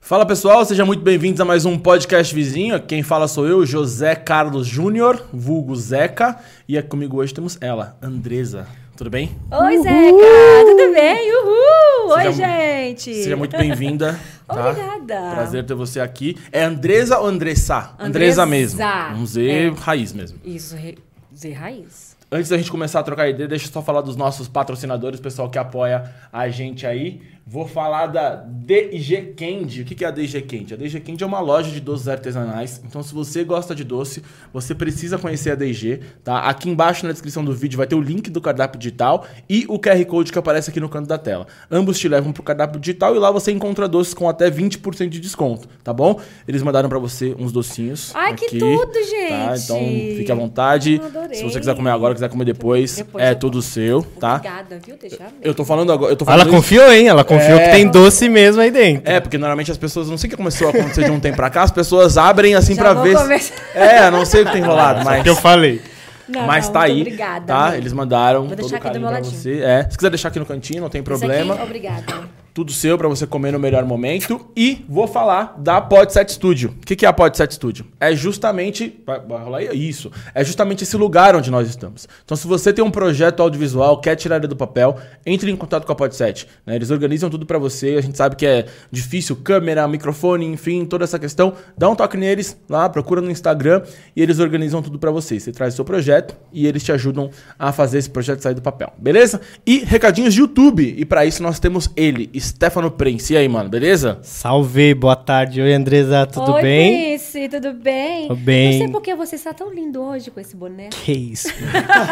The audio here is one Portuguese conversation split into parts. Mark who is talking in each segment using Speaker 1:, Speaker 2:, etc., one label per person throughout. Speaker 1: Fala pessoal, sejam muito bem-vindos a mais um podcast vizinho. Quem fala sou eu, José Carlos Júnior, vulgo Zeca, e aqui comigo hoje temos ela, Andresa. Tudo bem?
Speaker 2: Oi, Zeca! Tudo bem? Uhul! Oi,
Speaker 1: Seja mu-
Speaker 2: gente!
Speaker 1: Seja muito bem-vinda. tá?
Speaker 2: Obrigada.
Speaker 1: Prazer ter você aqui. É Andresa ou Andressa?
Speaker 2: Andresa. É.
Speaker 1: mesmo. Vamos ver raiz mesmo.
Speaker 2: Isso, re... Z raiz.
Speaker 1: Antes da gente começar a trocar ideia, deixa eu só falar dos nossos patrocinadores, pessoal que apoia a gente aí. Vou falar da DG Candy. O que que é a DG Candy? A DG Candy é uma loja de doces artesanais. Então, se você gosta de doce, você precisa conhecer a DG, tá? Aqui embaixo na descrição do vídeo vai ter o link do cardápio digital e o QR Code que aparece aqui no canto da tela. Ambos te levam pro cardápio digital e lá você encontra doces com até 20% de desconto, tá bom? Eles mandaram pra você uns docinhos.
Speaker 2: Ai, que
Speaker 1: aqui,
Speaker 2: tudo,
Speaker 1: Tá?
Speaker 2: gente!
Speaker 1: Então, fique à vontade.
Speaker 2: Eu adorei.
Speaker 1: Se você quiser comer agora, quiser comer depois,
Speaker 2: Depois
Speaker 1: é
Speaker 2: eu
Speaker 1: tudo seu, tá?
Speaker 2: Obrigada, viu? Deixa
Speaker 1: Eu tô falando agora. Eu tô falando
Speaker 3: Ela
Speaker 1: isso-
Speaker 3: confiou, hein? Ela confiou
Speaker 1: É.
Speaker 3: que tem doce mesmo aí dentro.
Speaker 1: É, porque normalmente as pessoas, não sei o que começou a acontecer de um tempo pra cá, as pessoas abrem assim
Speaker 2: Já
Speaker 1: pra
Speaker 2: vou
Speaker 1: ver. se-
Speaker 2: começar.
Speaker 1: É, não sei o que tem rolado, mas.
Speaker 3: Que eu falei.
Speaker 2: Não,
Speaker 1: mas
Speaker 2: não,
Speaker 1: tá
Speaker 2: muito
Speaker 1: aí,
Speaker 2: Obrigada.
Speaker 1: tá?
Speaker 2: Muito.
Speaker 1: Eles mandaram todo
Speaker 2: deixar
Speaker 1: o
Speaker 2: aqui do
Speaker 1: carinho
Speaker 2: meu
Speaker 1: pra
Speaker 2: ladinho.
Speaker 1: você. É, se quiser deixar aqui no cantinho, não tem
Speaker 2: Isso aqui, é
Speaker 1: problema.
Speaker 2: obrigada.
Speaker 1: Tudo seu pra você comer no melhor momento. E vou falar da Podset Studio. O que, que é a Podset Studio? É justamente. Vai, vai rolar aí? isso. É justamente esse lugar onde nós estamos. Então, se você tem um projeto audiovisual, quer tirar ele do papel, entre em contato com a Podset. né? Eles organizam tudo pra você. A gente sabe que é difícil câmera, microfone, enfim, toda essa questão. Dá um toque neles lá, procura no Instagram e eles organizam tudo pra você. Você traz o seu projeto e eles te ajudam a fazer esse projeto sair do papel, beleza? E recadinhos de YouTube. E pra isso nós temos ele, Stefano Prince. E aí, mano, beleza?
Speaker 3: Salve, boa tarde. Oi, Andresa, tudo
Speaker 2: Oi,
Speaker 3: bem?
Speaker 2: Prince, tudo bem?
Speaker 3: Tudo bem.
Speaker 2: Não sei por que você está tão lindo hoje com esse boné.
Speaker 3: Que isso?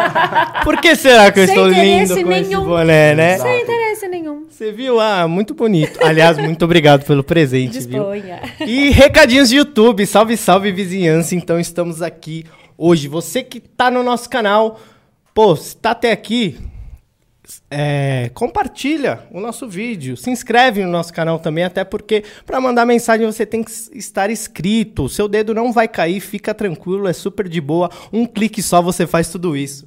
Speaker 3: Por que será que eu
Speaker 2: Sem
Speaker 3: estou
Speaker 2: interesse
Speaker 3: lindo com esse
Speaker 2: nenhum.
Speaker 3: boné, né?
Speaker 1: Exato.
Speaker 2: Sem interesse nenhum.
Speaker 3: Você viu? Ah, muito bonito. Aliás, muito obrigado pelo presente, viu?
Speaker 2: Disponha.
Speaker 3: E recadinhos de YouTube, salve, salve vizinhança. Então estamos aqui hoje. Você que tá no nosso canal, pô, se tá até aqui, é, compartilha o nosso vídeo, se inscreve no nosso canal também, até porque para mandar mensagem você tem que s- estar inscrito. Seu dedo não vai cair, fica tranquilo, é super de boa. Um clique só você faz tudo isso.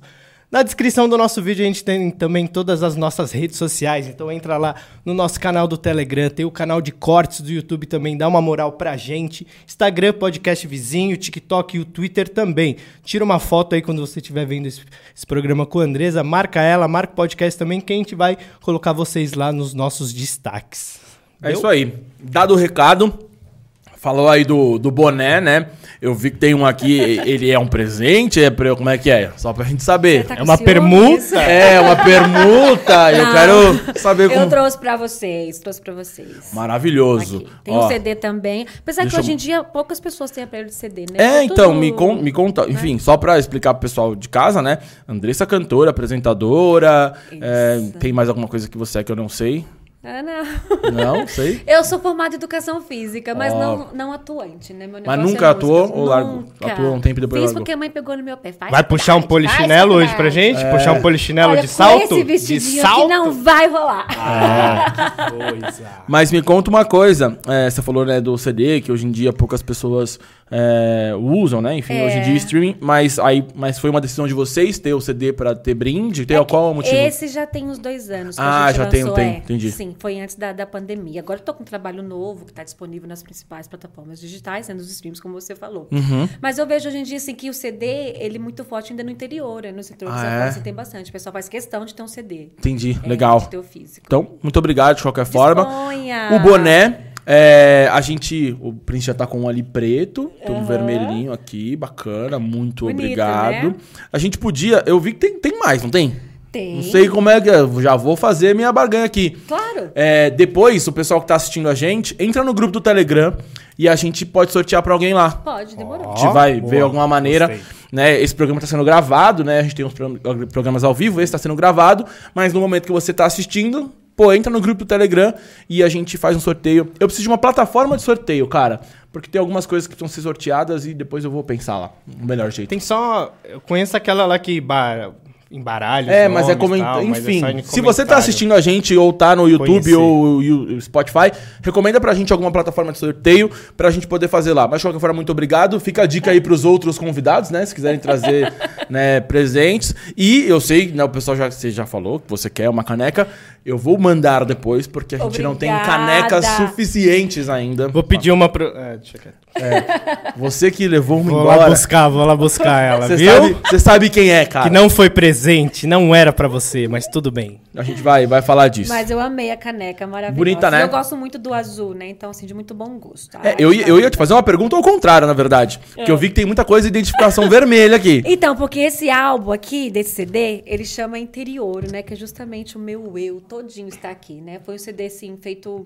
Speaker 3: Na descrição do nosso vídeo a gente tem também todas as nossas redes sociais, então entra lá no nosso canal do Telegram, tem o canal de cortes do YouTube também, dá uma moral pra gente. Instagram, podcast vizinho, TikTok e o Twitter também. Tira uma foto aí quando você estiver vendo esse, esse programa com a Andresa, marca ela, marca o podcast também, que a gente vai colocar vocês lá nos nossos destaques.
Speaker 1: É isso aí. Dado o recado, falou aí do, do boné, né? Eu vi que tem um aqui, ele é um presente, é pra eu, como é que é? Só pra gente saber.
Speaker 2: Tá com
Speaker 3: É uma
Speaker 2: ciúmes?
Speaker 3: permuta?
Speaker 1: É, uma permuta, eu
Speaker 2: Não.
Speaker 1: quero saber como...
Speaker 2: Eu trouxe pra vocês, trouxe pra vocês.
Speaker 1: Maravilhoso.
Speaker 2: Aqui. Tem
Speaker 1: Ó.
Speaker 2: um CD também. Apesar que
Speaker 1: deixa eu-
Speaker 2: hoje em dia poucas pessoas têm aparelho de CD,
Speaker 1: É,
Speaker 2: né? Tá
Speaker 1: então,
Speaker 2: tudo-
Speaker 1: me, con- me conta. Enfim, só pra explicar pro pessoal de casa, né? Andressa, cantora, apresentadora. é,
Speaker 2: Isso.
Speaker 1: tem mais alguma coisa que você é que eu não sei?
Speaker 2: Ah, não.
Speaker 1: Não, sei.
Speaker 2: Eu sou formada em educação física, mas
Speaker 1: Ó.
Speaker 2: não, não atuante, né? Meu
Speaker 1: Mas
Speaker 2: negócio é
Speaker 1: nunca
Speaker 2: música.
Speaker 1: atuou ou largou?
Speaker 2: Nunca.
Speaker 1: Atuou um tempo e depois
Speaker 2: Fiz
Speaker 1: largou.
Speaker 2: porque a mãe pegou no meu pé. Faz
Speaker 3: Vai puxar um
Speaker 2: faculdade, faz
Speaker 3: polichinelo hoje pra
Speaker 2: faculdade.
Speaker 3: gente?
Speaker 1: É.
Speaker 3: Puxar um polichinelo
Speaker 2: Olha,
Speaker 3: de
Speaker 2: com
Speaker 3: salto?
Speaker 2: Esse
Speaker 3: de
Speaker 2: vestidinho
Speaker 3: salto?
Speaker 2: aqui não vai rolar.
Speaker 1: Ah, é
Speaker 3: Coisa.
Speaker 1: Mas me conta uma coisa. é, você falou, né, do CD, que hoje em dia poucas pessoas é, usam, né? Enfim, hoje em
Speaker 2: É.
Speaker 1: dia streaming. Mas, aí, mas foi uma decisão de vocês ter o CD pra ter brinde? Tem qual o motivo?
Speaker 2: É Esse já tem uns dois anos. que
Speaker 1: Ah,
Speaker 2: a gente
Speaker 1: já tem um
Speaker 2: lançou,
Speaker 1: tempo,
Speaker 2: é.
Speaker 1: entendi.
Speaker 2: Sim, foi antes da, da pandemia. Agora eu tô com um trabalho novo que tá disponível nas principais plataformas digitais, né, nos streams, como você falou.
Speaker 1: Uhum.
Speaker 2: Mas eu vejo hoje em dia assim, que o CD, ele é muito forte ainda no interior, né? No setor
Speaker 1: Ah,
Speaker 2: de São
Speaker 1: é?
Speaker 2: Paulo, assim, tem bastante. O pessoal faz questão de ter um CD.
Speaker 1: Entendi,
Speaker 2: é,
Speaker 1: legal.
Speaker 2: De ter o físico.
Speaker 1: Então, muito obrigado de qualquer forma.
Speaker 2: Disponha.
Speaker 1: O boné. é, a gente. O Prince já tá com um ali preto. Tem um
Speaker 2: Aham.
Speaker 1: vermelhinho aqui. Bacana. Muito
Speaker 2: Bonito,
Speaker 1: obrigado.
Speaker 2: né?
Speaker 1: A gente podia. Eu vi que tem, tem mais, não tem?
Speaker 2: Tem.
Speaker 1: Não sei como é que. é, Já vou fazer minha barganha aqui.
Speaker 2: Claro.
Speaker 1: É, depois, o pessoal que tá assistindo a gente, entra no grupo do Telegram e a gente pode sortear pra alguém lá.
Speaker 2: Pode, demorou.
Speaker 1: A gente vai
Speaker 3: boa,
Speaker 1: ver alguma maneira.
Speaker 3: gostei.
Speaker 1: Né? Esse programa está sendo gravado, né? A gente tem uns pro- programas ao vivo, esse está sendo gravado, mas no momento que você está assistindo, pô, entra no grupo do Telegram e a gente faz um sorteio. Eu preciso de uma plataforma de sorteio, cara. Porque tem algumas coisas que precisam ser sorteadas e depois eu vou pensar lá. O melhor jeito.
Speaker 3: Tem só. Eu conheço aquela lá que bar... embaralha. os
Speaker 1: É, mas é
Speaker 3: nomes e tal,
Speaker 1: comentário.
Speaker 3: mas é
Speaker 1: Enfim,
Speaker 3: só em
Speaker 1: se você tá
Speaker 3: comentário.
Speaker 1: assistindo a gente ou tá no YouTube
Speaker 3: Conhecer.
Speaker 1: ou o Spotify, recomenda pra gente alguma plataforma de sorteio pra gente poder fazer lá. Mas de qualquer forma, muito obrigado. Fica a dica aí pros outros convidados, né? Se quiserem trazer né, presentes. E eu sei, né, o pessoal já, você já falou que você quer uma caneca. Eu vou mandar depois, porque a gente não tem canecas
Speaker 2: Obrigada.
Speaker 1: suficientes ainda.
Speaker 3: Vou pedir uma pro... É, deixa eu...
Speaker 1: Você que levou uma
Speaker 3: Vou lá
Speaker 1: embora.
Speaker 3: buscar, vou lá buscar ela,
Speaker 1: Você
Speaker 3: viu?
Speaker 1: sabe, você sabe quem é, cara.
Speaker 3: Que não foi presente, não era pra você, mas tudo bem.
Speaker 1: A gente vai, vai falar disso.
Speaker 2: Mas eu amei a caneca, é maravilhosa.
Speaker 1: Bonita, né?
Speaker 2: Eu gosto muito do azul, né? Então, assim, de muito bom gosto.
Speaker 1: É, eu, ia- eu ia te fazer uma pergunta ao contrário, na verdade. Porque
Speaker 2: É.
Speaker 1: eu vi que tem muita coisa de identificação vermelha aqui.
Speaker 2: Então, porque esse álbum aqui, desse CD, ele chama Interior, né? Que é justamente o meu eu todinho está aqui, né? Foi um CD, assim, feito...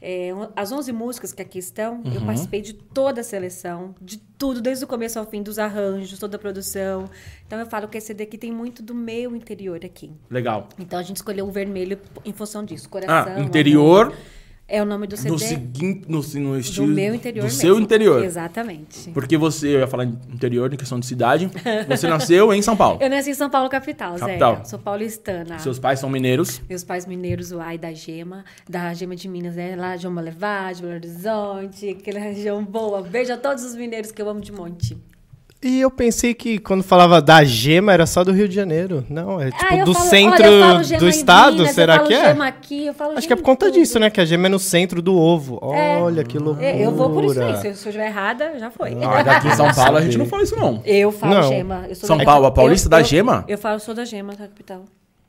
Speaker 2: é, um- as 11 músicas que aqui estão, eu
Speaker 1: Uhum.
Speaker 2: participei de toda a seleção, de tudo, desde o começo ao fim, dos arranjos, toda a produção. Então, eu falo que esse CD aqui tem muito do meu interior aqui.
Speaker 1: Legal.
Speaker 2: Então, a gente escolheu o vermelho em função disso. Coração.
Speaker 1: Ah, interior.
Speaker 2: amor. É o nome do CD.
Speaker 1: No seguinte, no, no
Speaker 2: do
Speaker 1: estilo.
Speaker 2: meu interior
Speaker 1: Do
Speaker 2: mesmo.
Speaker 1: seu interior.
Speaker 2: Exatamente.
Speaker 1: Porque você, eu ia falar interior em questão de cidade. Você nasceu em São Paulo.
Speaker 2: Eu nasci em São Paulo, capital,
Speaker 1: Capital.
Speaker 2: Zé. Sou paulistana.
Speaker 1: Seus pais são mineiros.
Speaker 2: Meus pais mineiros, o ai da Gema, da Gema de Minas, né? Lá de Uma Levade, Belo Horizonte, aquela região boa. Beijo a todos os mineiros que eu amo de
Speaker 3: Tipo,
Speaker 2: monte.
Speaker 3: E eu pensei que quando falava da gema era só do Rio de Janeiro. Não, é tipo
Speaker 2: Ah, eu
Speaker 3: do
Speaker 2: falo- olha,
Speaker 3: centro
Speaker 2: eu falo Gema
Speaker 3: do
Speaker 2: em
Speaker 3: estado,
Speaker 2: Minas,
Speaker 3: será
Speaker 2: eu falo
Speaker 3: que é?
Speaker 2: Gema aqui, eu falo
Speaker 3: Acho
Speaker 2: Gema
Speaker 3: que é por
Speaker 2: em
Speaker 3: conta
Speaker 2: tudo.
Speaker 3: disso, né? Que a gema é no centro do ovo.
Speaker 2: É.
Speaker 3: Olha que loucura.
Speaker 2: É, Eu vou por isso aí. Se eu se eu estiver errada, já foi.
Speaker 1: Ah, daqui em São Paulo a gente não fala isso, não.
Speaker 2: Eu falo
Speaker 3: Não.
Speaker 2: Gema. Eu sou
Speaker 1: São
Speaker 2: da-
Speaker 1: Paulo, a
Speaker 2: eu-
Speaker 1: paulista da
Speaker 2: eu-
Speaker 1: Gema?
Speaker 2: Eu falo, sou da Gema, da capital.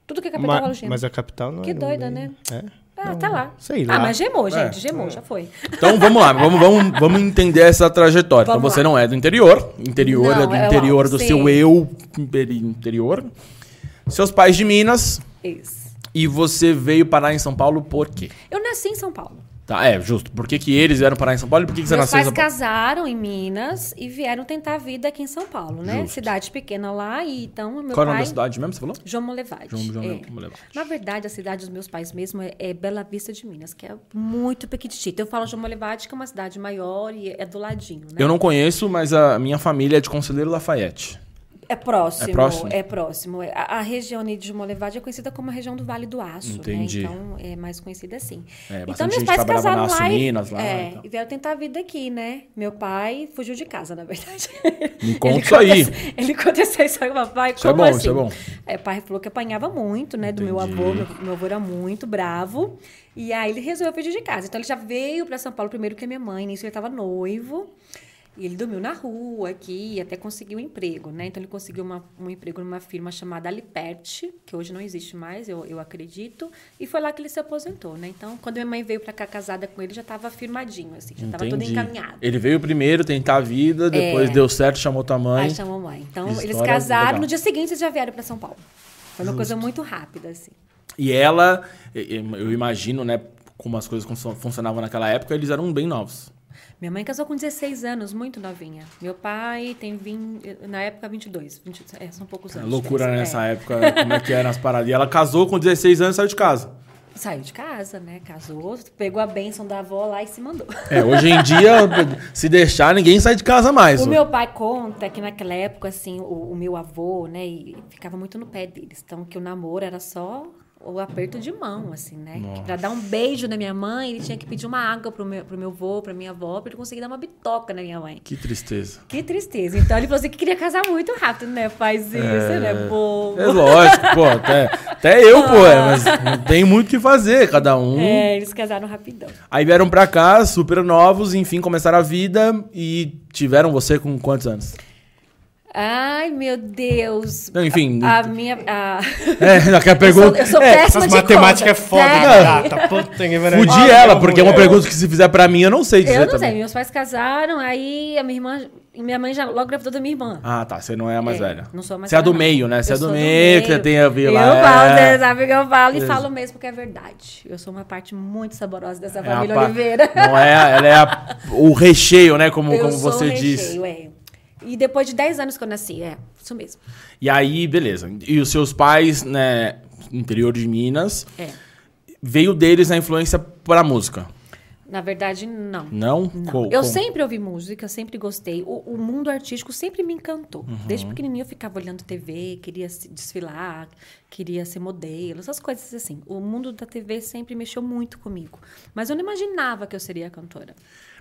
Speaker 2: Tudo que é capital, eu falo
Speaker 3: Mas,
Speaker 2: Gema.
Speaker 3: mas a capital não é.
Speaker 2: Que
Speaker 3: não
Speaker 2: doida,
Speaker 3: é.
Speaker 2: né?
Speaker 3: É.
Speaker 2: Ah, tá lá.
Speaker 3: Sei lá.
Speaker 2: Ah, mas gemou,
Speaker 1: É.
Speaker 2: gente. Gemou, já foi.
Speaker 1: Então vamos lá, vamos, vamos, vamos entender essa trajetória.
Speaker 2: Vamos
Speaker 1: então você
Speaker 2: lá.
Speaker 1: não é do interior. Interior
Speaker 2: Não,
Speaker 1: é do
Speaker 2: é lá,
Speaker 1: interior do
Speaker 2: sim.
Speaker 1: seu eu imperi- interior. Seus pais de Minas.
Speaker 2: Isso.
Speaker 1: E você veio parar em São Paulo por quê?
Speaker 2: Eu nasci em São Paulo.
Speaker 1: Tá, é, justo. Por que, que eles vieram parar em São Paulo e por que, que você
Speaker 2: Meus
Speaker 1: nasceu em
Speaker 2: pais
Speaker 1: São Paulo?
Speaker 2: casaram em Minas e vieram tentar a vida aqui em São Paulo, né?
Speaker 1: Justo.
Speaker 2: Cidade pequena lá e então meu
Speaker 1: Qual é o nome
Speaker 2: pai...
Speaker 1: da cidade mesmo? Você falou?
Speaker 2: João Molevade.
Speaker 1: João- João
Speaker 2: é.
Speaker 1: Molevade.
Speaker 2: Na verdade, a cidade dos meus pais mesmo é, é Bela Vista de Minas, que é muito pequitita. Eu falo João Molevade, que é uma cidade maior e é do ladinho, né?
Speaker 1: Eu não conheço, mas a minha família é de Conselheiro Lafayette.
Speaker 2: É próximo.
Speaker 1: É próximo?
Speaker 2: É próximo. A, a região ali de Molevade é conhecida como a região do Vale do Aço,
Speaker 1: Entendi.
Speaker 2: né? Então é mais conhecida assim.
Speaker 1: É, bastante
Speaker 2: então meus
Speaker 1: gente
Speaker 2: pais
Speaker 1: trabalhava
Speaker 2: casaram
Speaker 1: na Aço
Speaker 2: lá, e-
Speaker 1: Minas, lá,
Speaker 2: é,
Speaker 1: então.
Speaker 2: e vieram tentar a vida aqui, né? Meu pai fugiu de casa, na verdade.
Speaker 1: Me
Speaker 2: Ele
Speaker 1: conta isso aí.
Speaker 2: essa- Ele conta essa história com o papai.
Speaker 1: Isso é
Speaker 2: Como
Speaker 1: bom,
Speaker 2: assim?
Speaker 1: isso é bom.
Speaker 2: É, pai falou que apanhava muito, né? Do meu
Speaker 1: Entendi.
Speaker 2: avô. Meu, meu avô era muito bravo. E aí ele resolveu fugir de casa. Então ele já veio pra São Paulo primeiro que a minha mãe. Nisso ele tava noivo. E ele dormiu na rua aqui, até conseguiu um emprego, né? Então ele conseguiu uma- um emprego numa firma chamada Aliperte, que hoje não existe mais, eu, eu acredito. E foi lá que ele se aposentou, né? Então, quando minha mãe veio pra cá casada com ele, já tava firmadinho, assim, já tava tudo
Speaker 1: Entendi.
Speaker 2: encaminhado. É.
Speaker 1: Ele veio primeiro tentar a vida, depois deu certo, chamou tua mãe.
Speaker 2: Aí chamou a mãe. Então,
Speaker 1: História
Speaker 2: eles casaram,
Speaker 1: legal.
Speaker 2: no dia seguinte eles já vieram pra São Paulo. Foi uma coisa muito rápida, assim.
Speaker 1: E ela, e- e- eu imagino, né, como as coisas funcio- funcionavam naquela época, eles eram bem novos.
Speaker 2: Minha mãe casou com 16 anos, muito novinha. Meu pai tem, vin... na época, 22. 20... É, são poucos
Speaker 1: É
Speaker 2: anos.
Speaker 1: loucura
Speaker 2: diferença.
Speaker 1: nessa
Speaker 2: É.
Speaker 1: época, como é que eram as paradas. E ela casou com 16 anos e saiu de casa.
Speaker 2: Saiu de casa, né? Casou, pegou a bênção da avó lá e se mandou.
Speaker 1: É, hoje em dia, se deixar, ninguém sai de casa mais.
Speaker 2: O
Speaker 1: ó.
Speaker 2: meu pai conta que naquela época, assim, o, o meu avô, né, e ficava muito no pé deles. Então, que o namoro era só o aperto de mão, assim, né? Que pra dar um beijo na minha mãe, ele tinha que pedir uma água pro meu, pro meu avô, pra minha avó, pra ele conseguir dar uma bitoca na minha mãe.
Speaker 1: Que tristeza.
Speaker 2: Que tristeza. Então, ele falou assim que queria casar muito rápido, né? Faz isso, né? Bobo.
Speaker 1: É lógico, pô, até, até eu, pô, é, mas não tem muito o que fazer, cada um.
Speaker 2: É, eles casaram rapidão.
Speaker 1: Aí vieram pra cá, super novos, enfim, começaram a vida e tiveram você com quantos anos?
Speaker 2: Ai, meu Deus.
Speaker 1: Não, enfim.
Speaker 2: A, a minha... a-
Speaker 1: É, daqui a pergunta.
Speaker 2: Eu sou, eu sou
Speaker 1: é, tá
Speaker 2: péssima
Speaker 3: Essas
Speaker 2: de
Speaker 3: matemática é
Speaker 2: conta.
Speaker 3: foda,
Speaker 2: Sério.
Speaker 3: né, gata? Puta que pariu.
Speaker 1: Fudi
Speaker 3: Olha,
Speaker 1: ela, porque é uma
Speaker 3: mulher.
Speaker 1: pergunta que se fizer pra mim, eu não sei dizer
Speaker 2: Eu não sei,
Speaker 1: também.
Speaker 2: meus pais casaram, aí a minha irmã, minha mãe já logo gravidou da minha irmã.
Speaker 1: Ah, tá. Você não é a mais
Speaker 2: É,
Speaker 1: velha.
Speaker 2: Não sou a mais
Speaker 1: Você é a
Speaker 2: velha,
Speaker 1: do
Speaker 2: não.
Speaker 1: meio, né? Você
Speaker 2: Eu
Speaker 1: é do
Speaker 2: sou
Speaker 1: meio, que você tem a
Speaker 2: Eu
Speaker 1: vila.
Speaker 2: falo, né?
Speaker 1: é.
Speaker 2: você sabe que eu falo
Speaker 1: Isso.
Speaker 2: e falo mesmo que é verdade. Eu sou uma parte muito saborosa dessa
Speaker 1: É a
Speaker 2: família
Speaker 1: pa-
Speaker 2: Oliveira.
Speaker 1: Não é, a- ela é a- o recheio, né? Como,
Speaker 2: eu
Speaker 1: como
Speaker 2: sou
Speaker 1: você
Speaker 2: o recheio,
Speaker 1: diz.
Speaker 2: é. E depois de 10 anos que eu nasci, é, isso mesmo.
Speaker 1: E aí, beleza. E os seus pais, né? Interior de Minas.
Speaker 2: É.
Speaker 1: Veio deles a influência pra música.
Speaker 2: Na verdade, não.
Speaker 1: Não?
Speaker 2: Não.
Speaker 1: Co-
Speaker 2: eu
Speaker 1: com-
Speaker 2: sempre ouvi música, eu sempre gostei. O, o mundo artístico sempre me encantou.
Speaker 1: Uhum.
Speaker 2: Desde pequenininha eu ficava olhando TV, queria se desfilar, queria ser modelo, essas coisas assim. O mundo da TV sempre mexeu muito comigo. Mas eu não imaginava que eu seria cantora.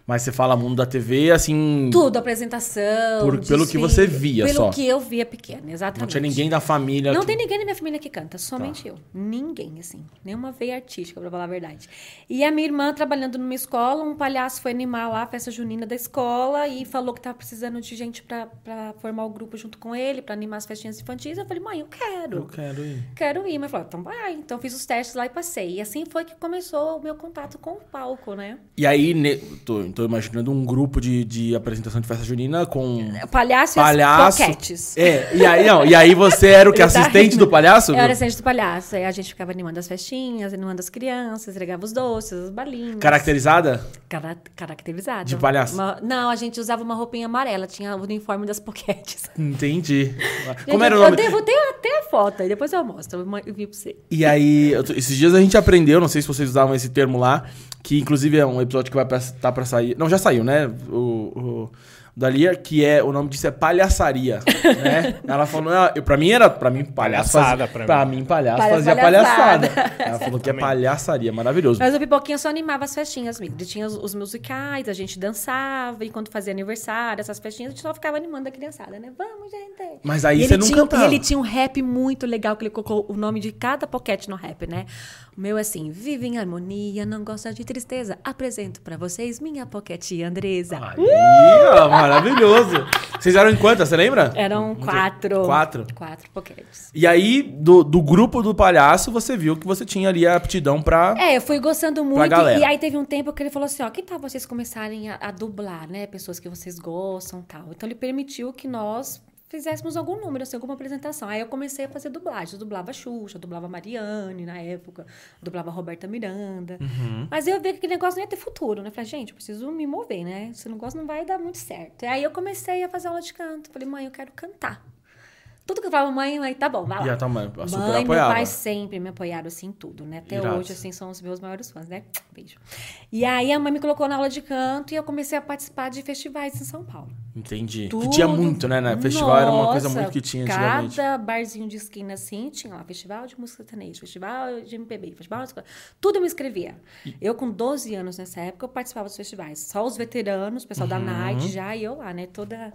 Speaker 1: Mas você fala mundo da TV, assim.
Speaker 2: Tudo, apresentação.
Speaker 1: Por- pelo que você via
Speaker 2: pelo
Speaker 1: só.
Speaker 2: que eu via pequena, exatamente.
Speaker 1: Não tinha ninguém da família.
Speaker 2: Não
Speaker 1: que-
Speaker 2: tem ninguém na minha família que canta, somente
Speaker 1: Tá.
Speaker 2: eu. Ninguém, assim. Nenhuma veia artística, pra falar a verdade. E a minha irmã trabalhando numa escola, um palhaço foi animar lá a festa junina da escola e falou que tava precisando de gente pra, pra formar o grupo junto com ele, pra animar as festinhas infantis. Eu falei, mãe, eu quero.
Speaker 1: Eu quero ir.
Speaker 2: Quero ir, mas falou, então vai. Então fiz os testes lá e passei. E assim foi que começou o meu contato com o palco, né?
Speaker 1: E aí, ne... tô, tô imaginando um grupo de, de apresentação de festa junina com
Speaker 2: É, Palhaço,
Speaker 1: palhaço.
Speaker 2: e as boquetes.
Speaker 1: É, e aí, não, e aí você era o que?
Speaker 2: Ele tá
Speaker 1: Assistente
Speaker 2: rindo.
Speaker 1: do palhaço?
Speaker 2: Eu era assistente do palhaço. Aí a gente ficava animando as festinhas, animando as crianças, entregava os doces, as balinhas.
Speaker 1: Caracterizada?
Speaker 2: Cara- caracterizada.
Speaker 1: De palhaço?
Speaker 2: Uma- Não, a gente usava uma roupinha amarela, tinha o uniforme das poquetes.
Speaker 1: Entendi. Como
Speaker 2: Gente,
Speaker 1: era o
Speaker 2: eu
Speaker 1: nome?
Speaker 2: devo- Eu tenho até a foto, aí depois eu mostro, eu ma- eu vi pra você.
Speaker 1: E aí, eu tô- esses dias a gente aprendeu, não sei se vocês usavam esse termo lá, que inclusive é um episódio que vai pra, tá pra sair. Não, já saiu, né? O, o da Lia, que é o nome disso é palhaçaria, né? Ela falou, ah, eu, pra mim era, pra mim palhaço
Speaker 3: Palhaçada,
Speaker 1: fazia,
Speaker 3: pra
Speaker 1: pra mim palhaço
Speaker 2: Palha-
Speaker 1: fazia palhaçada.
Speaker 2: palhaçada.
Speaker 1: Ela falou que é palhaçaria, maravilhoso.
Speaker 2: Mas o Pipoquinha só animava as festinhas mesmo. Tinha os, os musicais, a gente dançava, e quando fazia aniversário, essas festinhas, a gente só ficava animando a criançada, né? Vamos, gente!
Speaker 1: Mas aí
Speaker 2: E
Speaker 1: você
Speaker 2: ele
Speaker 1: não
Speaker 2: tinha,
Speaker 1: cantava.
Speaker 2: E ele tinha um rap muito legal, que ele colocou o nome de cada pocket no rap, né? O meu é assim, vive em harmonia, não gosta de tristeza, apresento pra vocês minha pocket Andresa.
Speaker 1: Aí, ó, maravilhoso. Vocês eram em quantas, você lembra?
Speaker 2: Eram quatro.
Speaker 1: Quatro?
Speaker 2: Quatro pockets.
Speaker 1: E aí, do, do grupo do palhaço, você viu que você tinha ali a aptidão pra...
Speaker 2: É, eu fui gostando muito.
Speaker 1: galera.
Speaker 2: E aí teve um tempo que ele falou assim: ó, que tal vocês começarem a, a dublar, né? Pessoas que vocês gostam tal. Então ele permitiu que nós fizéssemos algum número, assim, alguma apresentação. Aí eu comecei a fazer dublagem. Eu dublava Xuxa, eu dublava Mariane na época, dublava Roberta Miranda.
Speaker 1: Uhum.
Speaker 2: Mas eu vi que aquele negócio não ia ter futuro, né? Falei, gente, eu preciso me mover, né? Se eu não gosto, não vai dar muito certo. E aí eu comecei a fazer aula de canto. Falei, mãe, eu quero cantar. Tudo que eu falava, mãe, mãe, tá bom, vai lá.
Speaker 1: E a tua mãe, a super
Speaker 2: Mãe, meu
Speaker 1: apoiava.
Speaker 2: pai sempre me apoiaram, assim, em tudo, né? Até
Speaker 1: Irado.
Speaker 2: hoje, assim, são os meus maiores fãs, né? Beijo. E aí, a mãe me colocou na aula de canto e eu comecei a participar de festivais em São Paulo.
Speaker 1: Entendi. Que
Speaker 2: Tudo.
Speaker 1: tinha muito, né? né? Festival era uma coisa
Speaker 2: Nossa,
Speaker 1: muito que tinha antigamente.
Speaker 2: Cada barzinho de esquina, assim, tinha lá festival de música sertaneja, festival de MPB, festival de... Tudo eu me inscrevia. Eu, com 12 anos nessa época, eu participava dos festivais. Só os veteranos, o
Speaker 1: Uhum.
Speaker 2: pessoal da night já, e eu lá, né? Toda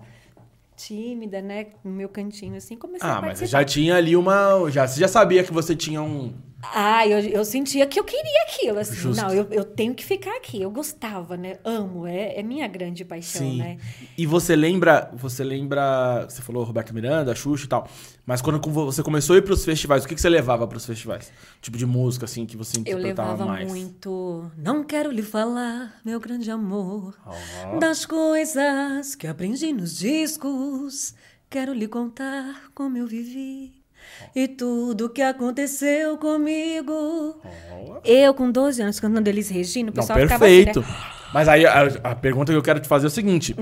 Speaker 2: tímida, né? No meu cantinho, assim, comecei a
Speaker 1: Ah, mas
Speaker 2: participar.
Speaker 1: você já tinha ali uma. Já, você já sabia que você tinha um.
Speaker 2: Ah, eu, eu sentia que eu queria aquilo, assim.
Speaker 1: Justo.
Speaker 2: Não, eu, eu tenho que ficar aqui. Eu gostava, né? Amo, é, é minha grande paixão, né?
Speaker 1: E você lembra. Você lembra. Você falou Roberto Miranda, Xuxa e tal. Mas quando com- você começou a ir pros festivais, o que, que você levava pros festivais? Tipo de música, assim, que você
Speaker 2: Eu
Speaker 1: interpretava
Speaker 2: levava
Speaker 1: mais.
Speaker 2: muito. Não quero lhe falar, meu grande amor,
Speaker 1: Ó.
Speaker 2: das coisas que aprendi nos discos. Quero lhe contar como eu vivi e tudo que aconteceu comigo.
Speaker 1: Ó.
Speaker 2: Eu, com 12 anos, cantando Elis Regina, o
Speaker 1: Não,
Speaker 2: pessoal ficava assim, né?
Speaker 1: perfeito. Mas aí a, a pergunta que eu quero te fazer é o seguinte.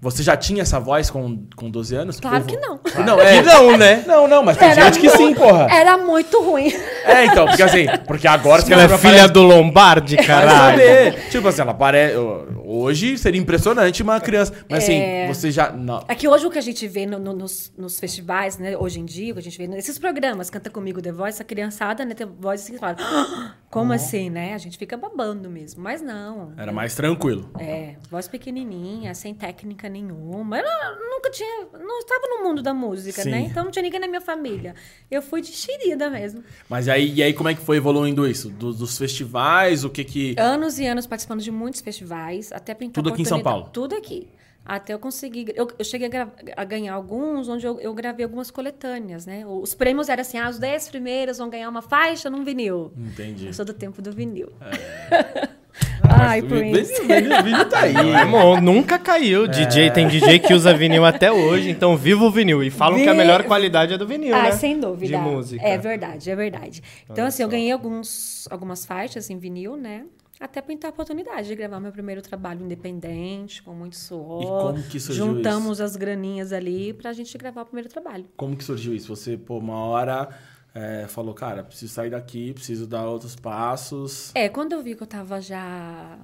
Speaker 1: Você já tinha essa voz com, com 12 anos?
Speaker 2: Hum. Claro
Speaker 1: Ou-
Speaker 2: que não.
Speaker 1: Não, é.
Speaker 3: Que não, né?
Speaker 1: Não, não, mas tem gente que sim,
Speaker 2: muito-
Speaker 1: porra.
Speaker 2: Era muito ruim.
Speaker 1: É, então, porque assim, porque agora
Speaker 3: Ela é filha do Lombardi,
Speaker 1: Vai
Speaker 3: caralho.
Speaker 1: saber. Tipo assim, ela parece. Hoje seria impressionante uma criança. Mas assim, você já. Não.
Speaker 2: É que hoje o que a gente vê no- no- nos, nos festivais, né? Hoje em dia, o que a gente vê nesses programas, Canta Comigo, The Voice, a criançada, né? Tem voz assim, que fala, "Ah, como assim, né? A gente fica babando mesmo, mas não.
Speaker 1: Uhum. Era mais tranquilo.
Speaker 2: É, voz pequenininha, sem técnica nenhuma. Eu não- nunca tinha, não estava no mundo da música,
Speaker 1: Sim.
Speaker 2: né? Então não tinha ninguém na minha família. Eu fui de xerida mesmo.
Speaker 1: Mas aí, e aí, como é que foi evoluindo isso? Do- dos festivais, o que que.
Speaker 2: Anos e anos participando de muitos festivais, até pintar
Speaker 1: Tudo aqui em São
Speaker 2: oportunidade-
Speaker 1: Paulo?
Speaker 2: Tudo aqui. Até eu conseguir. Eu, eu cheguei a, gra- a ganhar alguns, onde eu, eu gravei algumas coletâneas, né? Os prêmios eram assim: ah, os 10 primeiros vão ganhar uma faixa num vinil.
Speaker 1: Entendi.
Speaker 2: Eu sou do tempo do vinil.
Speaker 1: Ah,
Speaker 2: Ai,
Speaker 1: mas o
Speaker 2: Prince.
Speaker 1: vídeo- vídeo- vídeo tá aí.
Speaker 3: E, irmão, é nunca
Speaker 1: É.
Speaker 3: caiu. DJ tem DJ que usa vinil até hoje, então viva o vinil. E falam que a
Speaker 2: Vi-
Speaker 3: melhor qualidade é do vinil,
Speaker 2: Ah,
Speaker 3: né?
Speaker 2: sem dúvida.
Speaker 3: De música.
Speaker 2: É verdade, é verdade. Então,
Speaker 3: Olha
Speaker 2: assim, eu
Speaker 3: só.
Speaker 2: ganhei alguns, algumas faixas em vinil, né? Até pintar a oportunidade de gravar meu primeiro trabalho independente, com muito suor.
Speaker 1: E como que surgiu
Speaker 2: Juntamos as graninhas ali pra gente gravar o primeiro trabalho.
Speaker 1: Como que surgiu isso? Você, pô, uma hora é, falou, cara, preciso sair daqui, preciso dar outros passos.
Speaker 2: É, quando eu vi que eu tava já.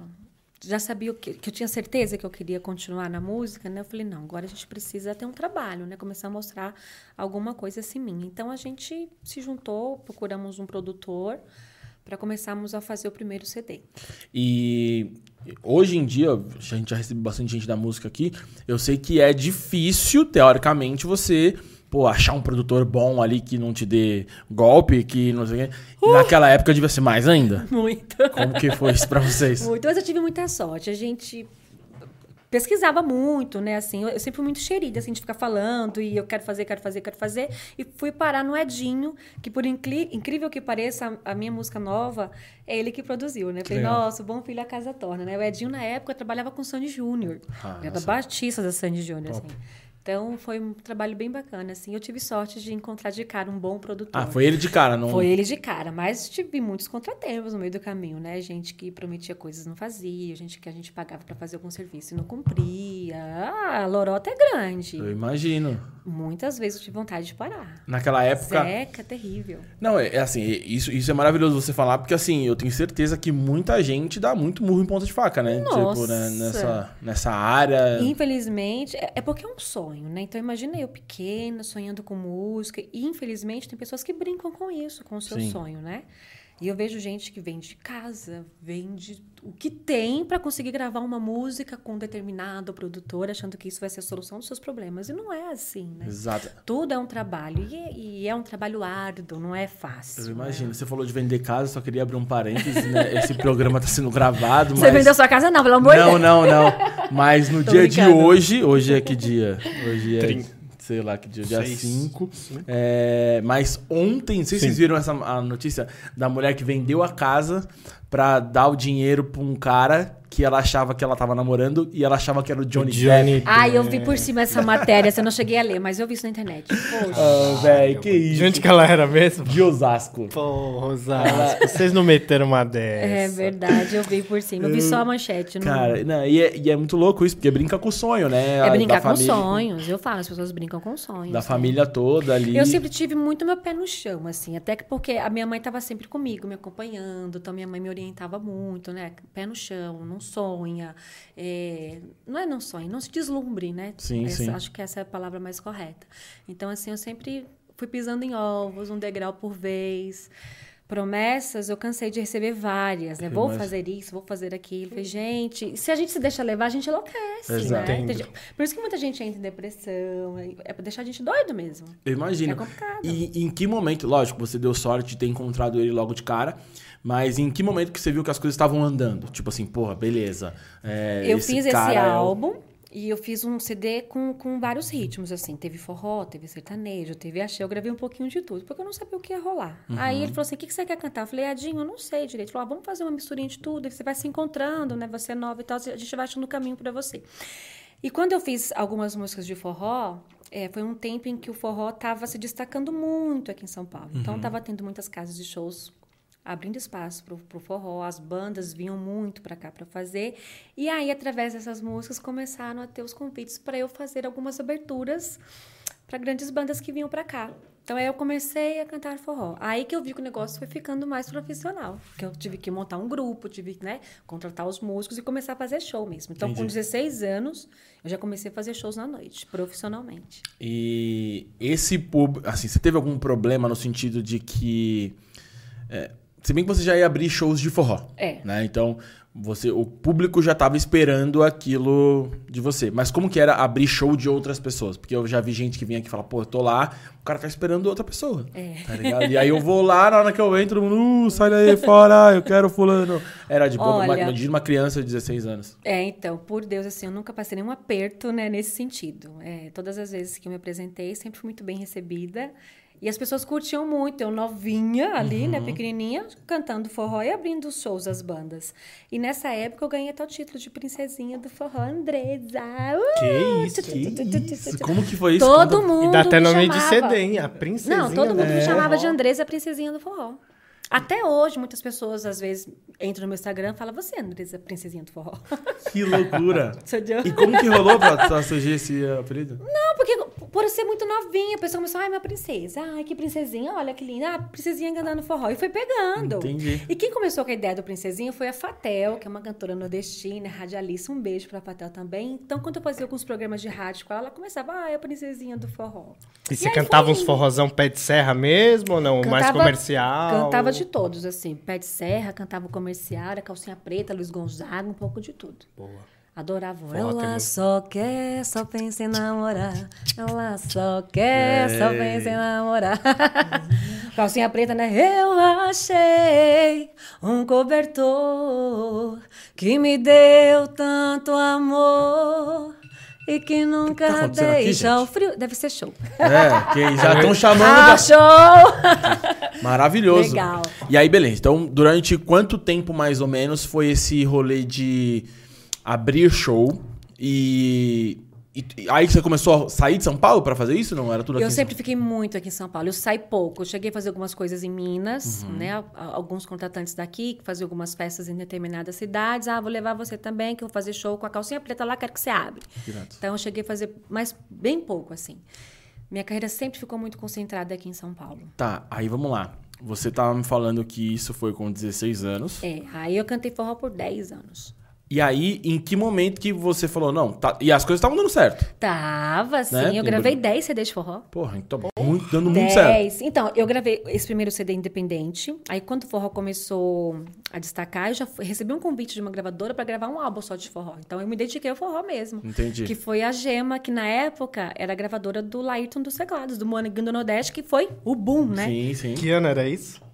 Speaker 2: Já sabia o que, que eu tinha certeza que eu queria continuar na música, né? Eu falei, não, agora a gente precisa ter um trabalho, né? Começar a mostrar alguma coisa assim minha. Então a gente se juntou, procuramos um produtor para começarmos a fazer o primeiro CD.
Speaker 1: E hoje em dia, a gente já recebe bastante gente da música aqui. Eu sei que é difícil, teoricamente, você pô, achar um produtor bom ali que não te dê golpe, que não sei o quê.
Speaker 2: Uh!
Speaker 1: Naquela época devia ser mais ainda.
Speaker 2: Muito.
Speaker 1: Como que foi isso pra vocês?
Speaker 2: Muito, Então, mas eu tive muita sorte. A gente pesquisava muito, né? Assim, eu eu sempre fui muito xerida, assim, de ficar falando e eu quero fazer, quero fazer, quero fazer. E fui parar no Edinho, que por incli- incrível que pareça, a, a minha música nova é ele que produziu, né? Falei,
Speaker 1: legal.
Speaker 2: nossa, o bom filho a casa torna, né? O Edinho, na época, trabalhava com o Sandy Júnior.
Speaker 1: Ah,
Speaker 2: era da
Speaker 1: nossa.
Speaker 2: Batista da Sandy Júnior,
Speaker 1: Top.
Speaker 2: assim. Então, foi um trabalho bem bacana, assim. Eu tive sorte de encontrar de cara um bom produtor.
Speaker 1: Ah, foi ele de cara, não.
Speaker 2: Foi ele de cara, mas tive muitos contratempos no meio do caminho, né? Gente que prometia coisas e não fazia, gente que a gente pagava pra fazer algum serviço e não cumpria. Ah, a lorota é grande.
Speaker 1: Eu imagino.
Speaker 2: Muitas vezes eu tive vontade de parar.
Speaker 1: Naquela época.
Speaker 2: Zeca, terrível.
Speaker 1: Não, é, é assim, é- isso, isso é maravilhoso você falar, porque assim, eu tenho certeza que muita gente dá muito murro em ponta de faca, né? Tipo, né,
Speaker 2: Nossa.
Speaker 1: nessa, nessa área.
Speaker 2: Infelizmente, é é porque é um sonho, né? Então imagina eu pequena, sonhando com música. E infelizmente tem pessoas que brincam com isso, com o seu
Speaker 1: Sim.
Speaker 2: sonho, né? E eu vejo gente que vende casa, vende o que tem pra conseguir gravar uma música com um determinado produtor, achando que isso vai ser a solução dos seus problemas. E não é assim, né?
Speaker 1: Exato.
Speaker 2: Tudo é um trabalho. E é, e é um trabalho árduo, não é fácil.
Speaker 1: Eu
Speaker 2: né?
Speaker 1: imagino. Você falou de vender casa, só queria abrir um parênteses, né? Esse programa tá sendo gravado, mas...
Speaker 2: Você vendeu sua casa? Não, pelo amor de
Speaker 1: Não, né? não,
Speaker 2: Deus.
Speaker 1: não. Mas no
Speaker 2: Tô
Speaker 1: dia de
Speaker 2: brincando.
Speaker 1: hoje, hoje é que dia? Hoje é,
Speaker 3: Trin-
Speaker 1: sei lá que dia, dia
Speaker 3: Seis.
Speaker 1: 5. mas ontem, não sei se vocês viram essa a notícia da mulher que vendeu a casa pra dar o dinheiro pra um cara que ela achava que ela tava namorando e ela achava que era o Johnny, Depp.
Speaker 2: Ai, eu vi por cima essa matéria, eu não cheguei a ler, mas eu vi isso na internet. Poxa.
Speaker 1: Ah, velho, que isso.
Speaker 3: Gente, que ela era mesmo?
Speaker 1: De Osasco.
Speaker 3: Pô, Rosário, vocês não meteram uma
Speaker 2: É
Speaker 3: dessa.
Speaker 2: verdade, eu vi por cima. Eu vi só a manchete. Não...
Speaker 1: Cara, não, e, é, e é muito louco isso, porque brinca com o sonho, né?
Speaker 2: é
Speaker 1: Da
Speaker 2: brincar com
Speaker 1: família-
Speaker 2: sonhos. Eu falo, as pessoas brincam com sonhos.
Speaker 1: Da
Speaker 2: né?
Speaker 1: família toda ali.
Speaker 2: Eu sempre tive muito meu pé no chão, assim, até que porque a minha mãe estava sempre comigo, me acompanhando, então minha mãe me orientava muito, né? Pé no chão, não sonha, é, não é não sonha, não se deslumbre, né?
Speaker 1: Sim,
Speaker 2: Essa-
Speaker 1: sim.
Speaker 2: Acho que essa é a palavra mais correta. Então, assim, eu sempre fui pisando em ovos, um degrau por vez. Promessas, eu cansei de receber várias, né?
Speaker 1: Eu
Speaker 2: Vou
Speaker 1: imagino.
Speaker 2: fazer isso, vou fazer aquilo. Falei, gente, se a gente se deixa levar, a gente enlouquece,
Speaker 1: Exato.
Speaker 2: né?
Speaker 3: Entendo.
Speaker 2: Tem gente- Por isso que muita gente entra em depressão, é pra deixar a gente doido mesmo.
Speaker 1: Eu imagino.
Speaker 2: É complicado.
Speaker 1: E em que momento, lógico, você deu sorte de ter encontrado ele logo de cara, mas em que momento que você viu que as coisas estavam andando? Tipo assim, porra, beleza. é,
Speaker 2: Eu fiz esse
Speaker 1: cara é o-
Speaker 2: álbum e eu fiz um CD com, com vários ritmos, assim. Teve forró, teve sertanejo, teve axé. Eu gravei um pouquinho de tudo, porque eu não sabia o que ia rolar.
Speaker 1: Uhum.
Speaker 2: Aí ele falou assim, o que, que você quer cantar? Eu falei, Adinho, eu não sei direito. Ele falou, ah, vamos fazer uma misturinha de tudo. e Você vai se encontrando, né? Você é nova e tal. A gente vai achando o caminho pra você. E quando eu fiz algumas músicas de forró... é, foi um tempo em que o forró estava se destacando muito aqui em São Paulo. Então,
Speaker 1: Uhum.
Speaker 2: estava tendo muitas casas de shows abrindo espaço pro, pro forró, as bandas vinham muito para cá para fazer. E aí, através dessas músicas, começaram a ter os convites para eu fazer algumas aberturas para grandes bandas que vinham para cá. Então aí eu comecei a cantar forró. Aí que eu vi que o negócio foi ficando mais profissional, que eu tive que montar um grupo, tive que, né, contratar os músicos e começar a fazer show mesmo. Então com
Speaker 1: Entendi.
Speaker 2: 16 anos, eu já comecei a fazer shows na noite, profissionalmente.
Speaker 1: E esse público. Assim, você teve algum problema no sentido de que. é, se bem que você já ia abrir shows de forró.
Speaker 2: É.
Speaker 1: Né? Então, você, o público já estava esperando aquilo de você. Mas como que era abrir show de outras pessoas? Porque eu já vi gente que vinha aqui e fala, pô, eu tô lá, o cara tá esperando outra pessoa. É. Tá ligado? E aí eu vou lá, na hora que eu entro, todo mundo, "Uh, sai daí fora, eu quero fulano. Era de boa,
Speaker 2: Olha.
Speaker 1: uma, de uma criança de 16 anos.
Speaker 2: É, então, por Deus, assim, eu nunca passei nenhum aperto, né, nesse sentido. É, todas as vezes que eu me apresentei, sempre fui muito bem recebida. E as pessoas curtiam muito, eu novinha ali,
Speaker 3: Uhum.
Speaker 2: né, pequenininha, cantando forró e abrindo os shows das bandas. E nessa época eu ganhei até o título de princesinha do forró Andresa. Uh!
Speaker 3: Que isso?
Speaker 1: Que isso? Como que foi isso?
Speaker 2: Todo
Speaker 1: Conta-
Speaker 2: mundo
Speaker 3: E dá até
Speaker 2: me
Speaker 3: nome de
Speaker 2: chamava.
Speaker 3: CD, hein? É. A né? princesa.
Speaker 2: Não, todo mundo me chamava de Andresa, a princesinha do forró. Até hoje, muitas pessoas, às vezes, entram no meu Instagram e falam, você é Andresa, princesinha do forró.
Speaker 1: Que loucura.
Speaker 2: Sou de-
Speaker 1: E como que rolou pra, pra surgir esse eh, apelido?
Speaker 2: Não, porque por eu ser muito novinha, a pessoa começou, ai, minha princesa, ai, que princesinha, olha que linda, ah, princesinha cantando forró. E foi pegando.
Speaker 1: Entendi.
Speaker 2: E quem começou com a ideia do princesinha foi a Fatel, que é uma cantora nordestina, radialista. Um beijo pra Fatel também. Então, quando eu fazia alguns programas de rádio com ela, ela começava, ai, a princesinha do forró.
Speaker 3: E você
Speaker 2: aí
Speaker 3: cantava
Speaker 2: foi
Speaker 3: uns
Speaker 2: indo.
Speaker 3: forrozão pé de serra mesmo ou não? Mais comercial?
Speaker 2: Cantava de todos, assim. Pé de serra, cantava comercial, era calcinha preta, Luiz Gonzaga, um pouco de tudo.
Speaker 3: Boa.
Speaker 2: Adorava.
Speaker 3: Forró tem
Speaker 2: ela
Speaker 3: muito.
Speaker 2: só quer, só pensa em namorar. Ela só quer, só pensa em namorar. Calcinha preta, né? Eu achei um cobertor que me deu tanto amor e que
Speaker 1: tá
Speaker 2: nunca
Speaker 1: acontecendo aqui,
Speaker 2: deixa
Speaker 1: gente?
Speaker 2: o frio. Deve ser show.
Speaker 1: É, que já estão chamando.
Speaker 2: Ah,
Speaker 1: da-
Speaker 2: show!
Speaker 1: Maravilhoso.
Speaker 2: Legal.
Speaker 1: E aí, beleza. Então, durante quanto tempo mais ou menos foi esse rolê de abrir show e. e- e aí que você começou a sair de São Paulo pra fazer isso? Não era tudo aqui?
Speaker 2: Eu
Speaker 1: em São-
Speaker 2: sempre fiquei muito aqui em São Paulo. Eu saí pouco. Eu cheguei a fazer algumas coisas em Minas, né? A- a- Alguns contratantes daqui que faziam algumas festas em determinadas cidades. Ah, vou levar você também, que eu vou fazer show com a calcinha preta lá, quero que você abre.
Speaker 1: Direto.
Speaker 2: Então eu cheguei a fazer, mas bem pouco, assim. Minha carreira sempre ficou muito concentrada aqui em São Paulo.
Speaker 1: Tá, aí vamos lá. Você tava me falando que isso foi com 16 anos.
Speaker 2: É, aí eu cantei forró por 10 anos.
Speaker 1: E aí, em que momento que você falou, não, tá- e as coisas estavam dando certo?
Speaker 2: Tava, sim.
Speaker 1: Né?
Speaker 2: Eu gravei 10 CDs de forró.
Speaker 1: Porra, então, muito, dando muito certo.
Speaker 2: 10. Então, eu gravei esse primeiro CD independente. Aí, quando o forró começou a destacar, eu já fui- recebi um convite de uma gravadora pra gravar um álbum só de forró. Então, eu me dediquei ao forró mesmo.
Speaker 1: Entendi.
Speaker 2: Que foi a Gema, que na época era a gravadora do Laírton dos Teclados, do Moneguinho do Nordeste, que foi o boom, né?
Speaker 1: Sim, sim.
Speaker 3: Que ano era isso?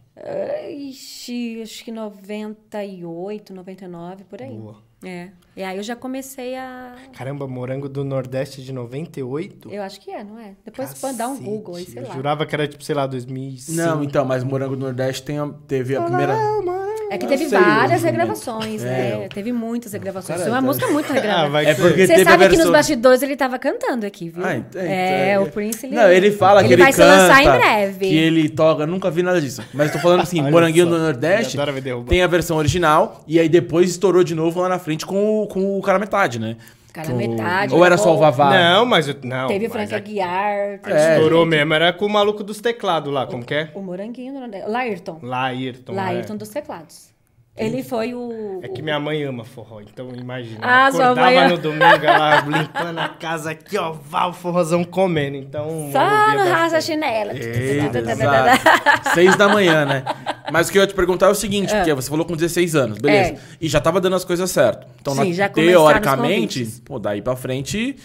Speaker 2: Ixi, acho que 98, 99, por aí.
Speaker 3: Boa.
Speaker 2: É. E aí, eu já comecei a...
Speaker 3: Caramba, morango do Nordeste de 98?
Speaker 2: Eu acho que é, não é? Depois pode dar um
Speaker 3: Cacete,
Speaker 2: Google aí, sei
Speaker 3: eu
Speaker 2: lá.
Speaker 3: jurava que era tipo, sei lá, 2005.
Speaker 1: Não, então, mas Morango do Nordeste tem a- teve a primeira.
Speaker 3: "Ah,
Speaker 2: É que
Speaker 1: Eu
Speaker 2: teve
Speaker 1: sei o
Speaker 2: várias
Speaker 1: argumento.
Speaker 2: regravações,
Speaker 1: É.
Speaker 2: né? Teve muitas regravações.
Speaker 1: Cara,
Speaker 2: Foi uma
Speaker 1: tá-
Speaker 2: música muito
Speaker 3: Ah,
Speaker 2: regravada.
Speaker 3: vai
Speaker 1: É
Speaker 3: ser.
Speaker 1: porque-
Speaker 2: Você
Speaker 1: teve a
Speaker 2: sabe que
Speaker 1: versão-
Speaker 2: nos bastidores ele tava cantando aqui, viu?
Speaker 1: Ah, ent-
Speaker 2: é,
Speaker 1: ent-
Speaker 2: o Prince ele,
Speaker 1: Não, ele fala que ele,
Speaker 2: vai
Speaker 1: canta,
Speaker 2: se lançar em breve.
Speaker 1: Que ele toca, nunca vi nada disso. Mas tô falando assim,
Speaker 3: Olha
Speaker 1: Moranguinho
Speaker 3: só,
Speaker 1: do Nordeste
Speaker 3: ele adora me derrubar.
Speaker 1: tem a versão original e aí depois estourou de novo lá na frente com o, com o cara metade, né?
Speaker 2: Cara
Speaker 1: Com-
Speaker 2: Metade,
Speaker 1: Ou era só o
Speaker 2: ou-
Speaker 1: Vavá?
Speaker 3: Não, mas... eu- Não,
Speaker 2: Teve
Speaker 3: mas
Speaker 2: Frank
Speaker 3: a-
Speaker 2: Aguiar. teve-
Speaker 1: É.
Speaker 3: Estourou mesmo, era com o maluco dos teclados lá, como que é?
Speaker 2: O Moranguinho, não é? Laírton.
Speaker 3: Laírton. né?
Speaker 1: é.
Speaker 2: Laírton dos teclados. Ele foi o...
Speaker 3: É que minha mãe ama forró, então imagina.
Speaker 2: Ah, sua
Speaker 3: acordava
Speaker 2: mãe ama.
Speaker 3: no domingo, ela limpando a casa aqui, ó, vá o forrozão comendo. Então.
Speaker 2: Só
Speaker 3: eu
Speaker 2: no
Speaker 3: ouvia
Speaker 2: raça
Speaker 3: bastante.
Speaker 2: chinela.
Speaker 1: Eita,
Speaker 2: tá,
Speaker 1: exato. Seis da manhã, né? Mas o que eu ia te perguntar é o seguinte, porque você falou com 16 anos, beleza.
Speaker 2: Ah. É.
Speaker 1: E já tava dando as coisas certo. Então,
Speaker 2: Sim,
Speaker 1: na-
Speaker 2: já começaram os
Speaker 1: teoricamente,
Speaker 2: convites.
Speaker 1: pô, daí pra frente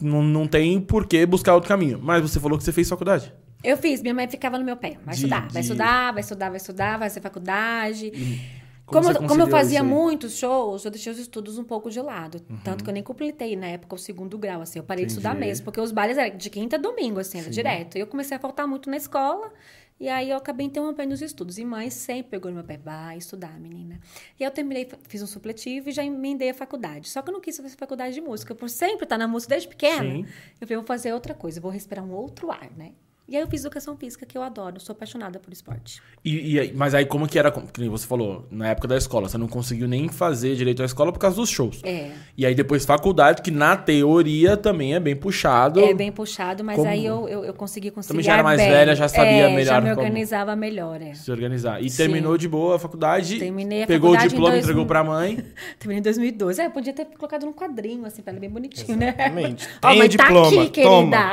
Speaker 1: não, não tem por que buscar outro caminho. Mas você falou que você fez faculdade.
Speaker 2: Eu fiz, minha mãe ficava no meu pé. Vai
Speaker 1: De-
Speaker 2: estudar, vai
Speaker 1: de-
Speaker 2: estudar, vai estudar, vai estudar, vai fazer faculdade.
Speaker 1: como
Speaker 2: Como,
Speaker 1: você
Speaker 2: eu- como eu
Speaker 1: conciliou
Speaker 2: fazia
Speaker 1: isso aí? Uhum.
Speaker 2: muitos shows, eu deixei os estudos um pouco de lado. Tanto que eu nem completei na época o segundo grau, assim. Eu parei de estudar
Speaker 1: Entendi.
Speaker 2: mesmo, porque os bailes eram de quinta a domingo, assim, era direto. E eu comecei a faltar muito na escola. E aí eu acabei interrompendo os estudos. E mãe sempre pegou no meu pé, vai estudar, menina. E aí eu terminei, fa- fiz um supletivo e já emendei a faculdade. Só que eu não quis fazer faculdade de música, por sempre estar na música desde pequena.
Speaker 1: Sim.
Speaker 2: Eu falei, vou fazer outra coisa, vou respirar um outro ar, né? E aí eu fiz educação física, que eu adoro, sou apaixonada por esporte.
Speaker 1: E, e aí- mas aí como que era, como- que nem você falou, na época da escola, você não conseguiu nem fazer direito à escola por causa dos shows.
Speaker 2: É.
Speaker 1: E aí depois faculdade, que na teoria também é bem puxado.
Speaker 2: É bem puxado, mas
Speaker 1: Como-
Speaker 2: aí eu, eu, eu consegui conciliar
Speaker 1: Também já era mais
Speaker 2: bem.
Speaker 1: velha, já sabia
Speaker 2: É,
Speaker 1: melhor
Speaker 2: Já me
Speaker 1: como-
Speaker 2: organizava melhor, é.
Speaker 1: Se organizar. E
Speaker 2: Sim.
Speaker 1: terminou de boa a faculdade.
Speaker 2: Terminei a
Speaker 1: pegou
Speaker 2: faculdade
Speaker 1: o
Speaker 2: em
Speaker 1: diploma,
Speaker 2: dois
Speaker 1: entregou
Speaker 2: mil-
Speaker 1: pra mãe.
Speaker 2: Terminei em 2012. É, eu podia ter colocado num quadrinho, assim, pra ela bem bonitinho, né?
Speaker 3: Exatamente.
Speaker 2: Ó,
Speaker 3: Tem
Speaker 2: mãe,
Speaker 3: diploma,
Speaker 2: tá aqui,
Speaker 3: toma.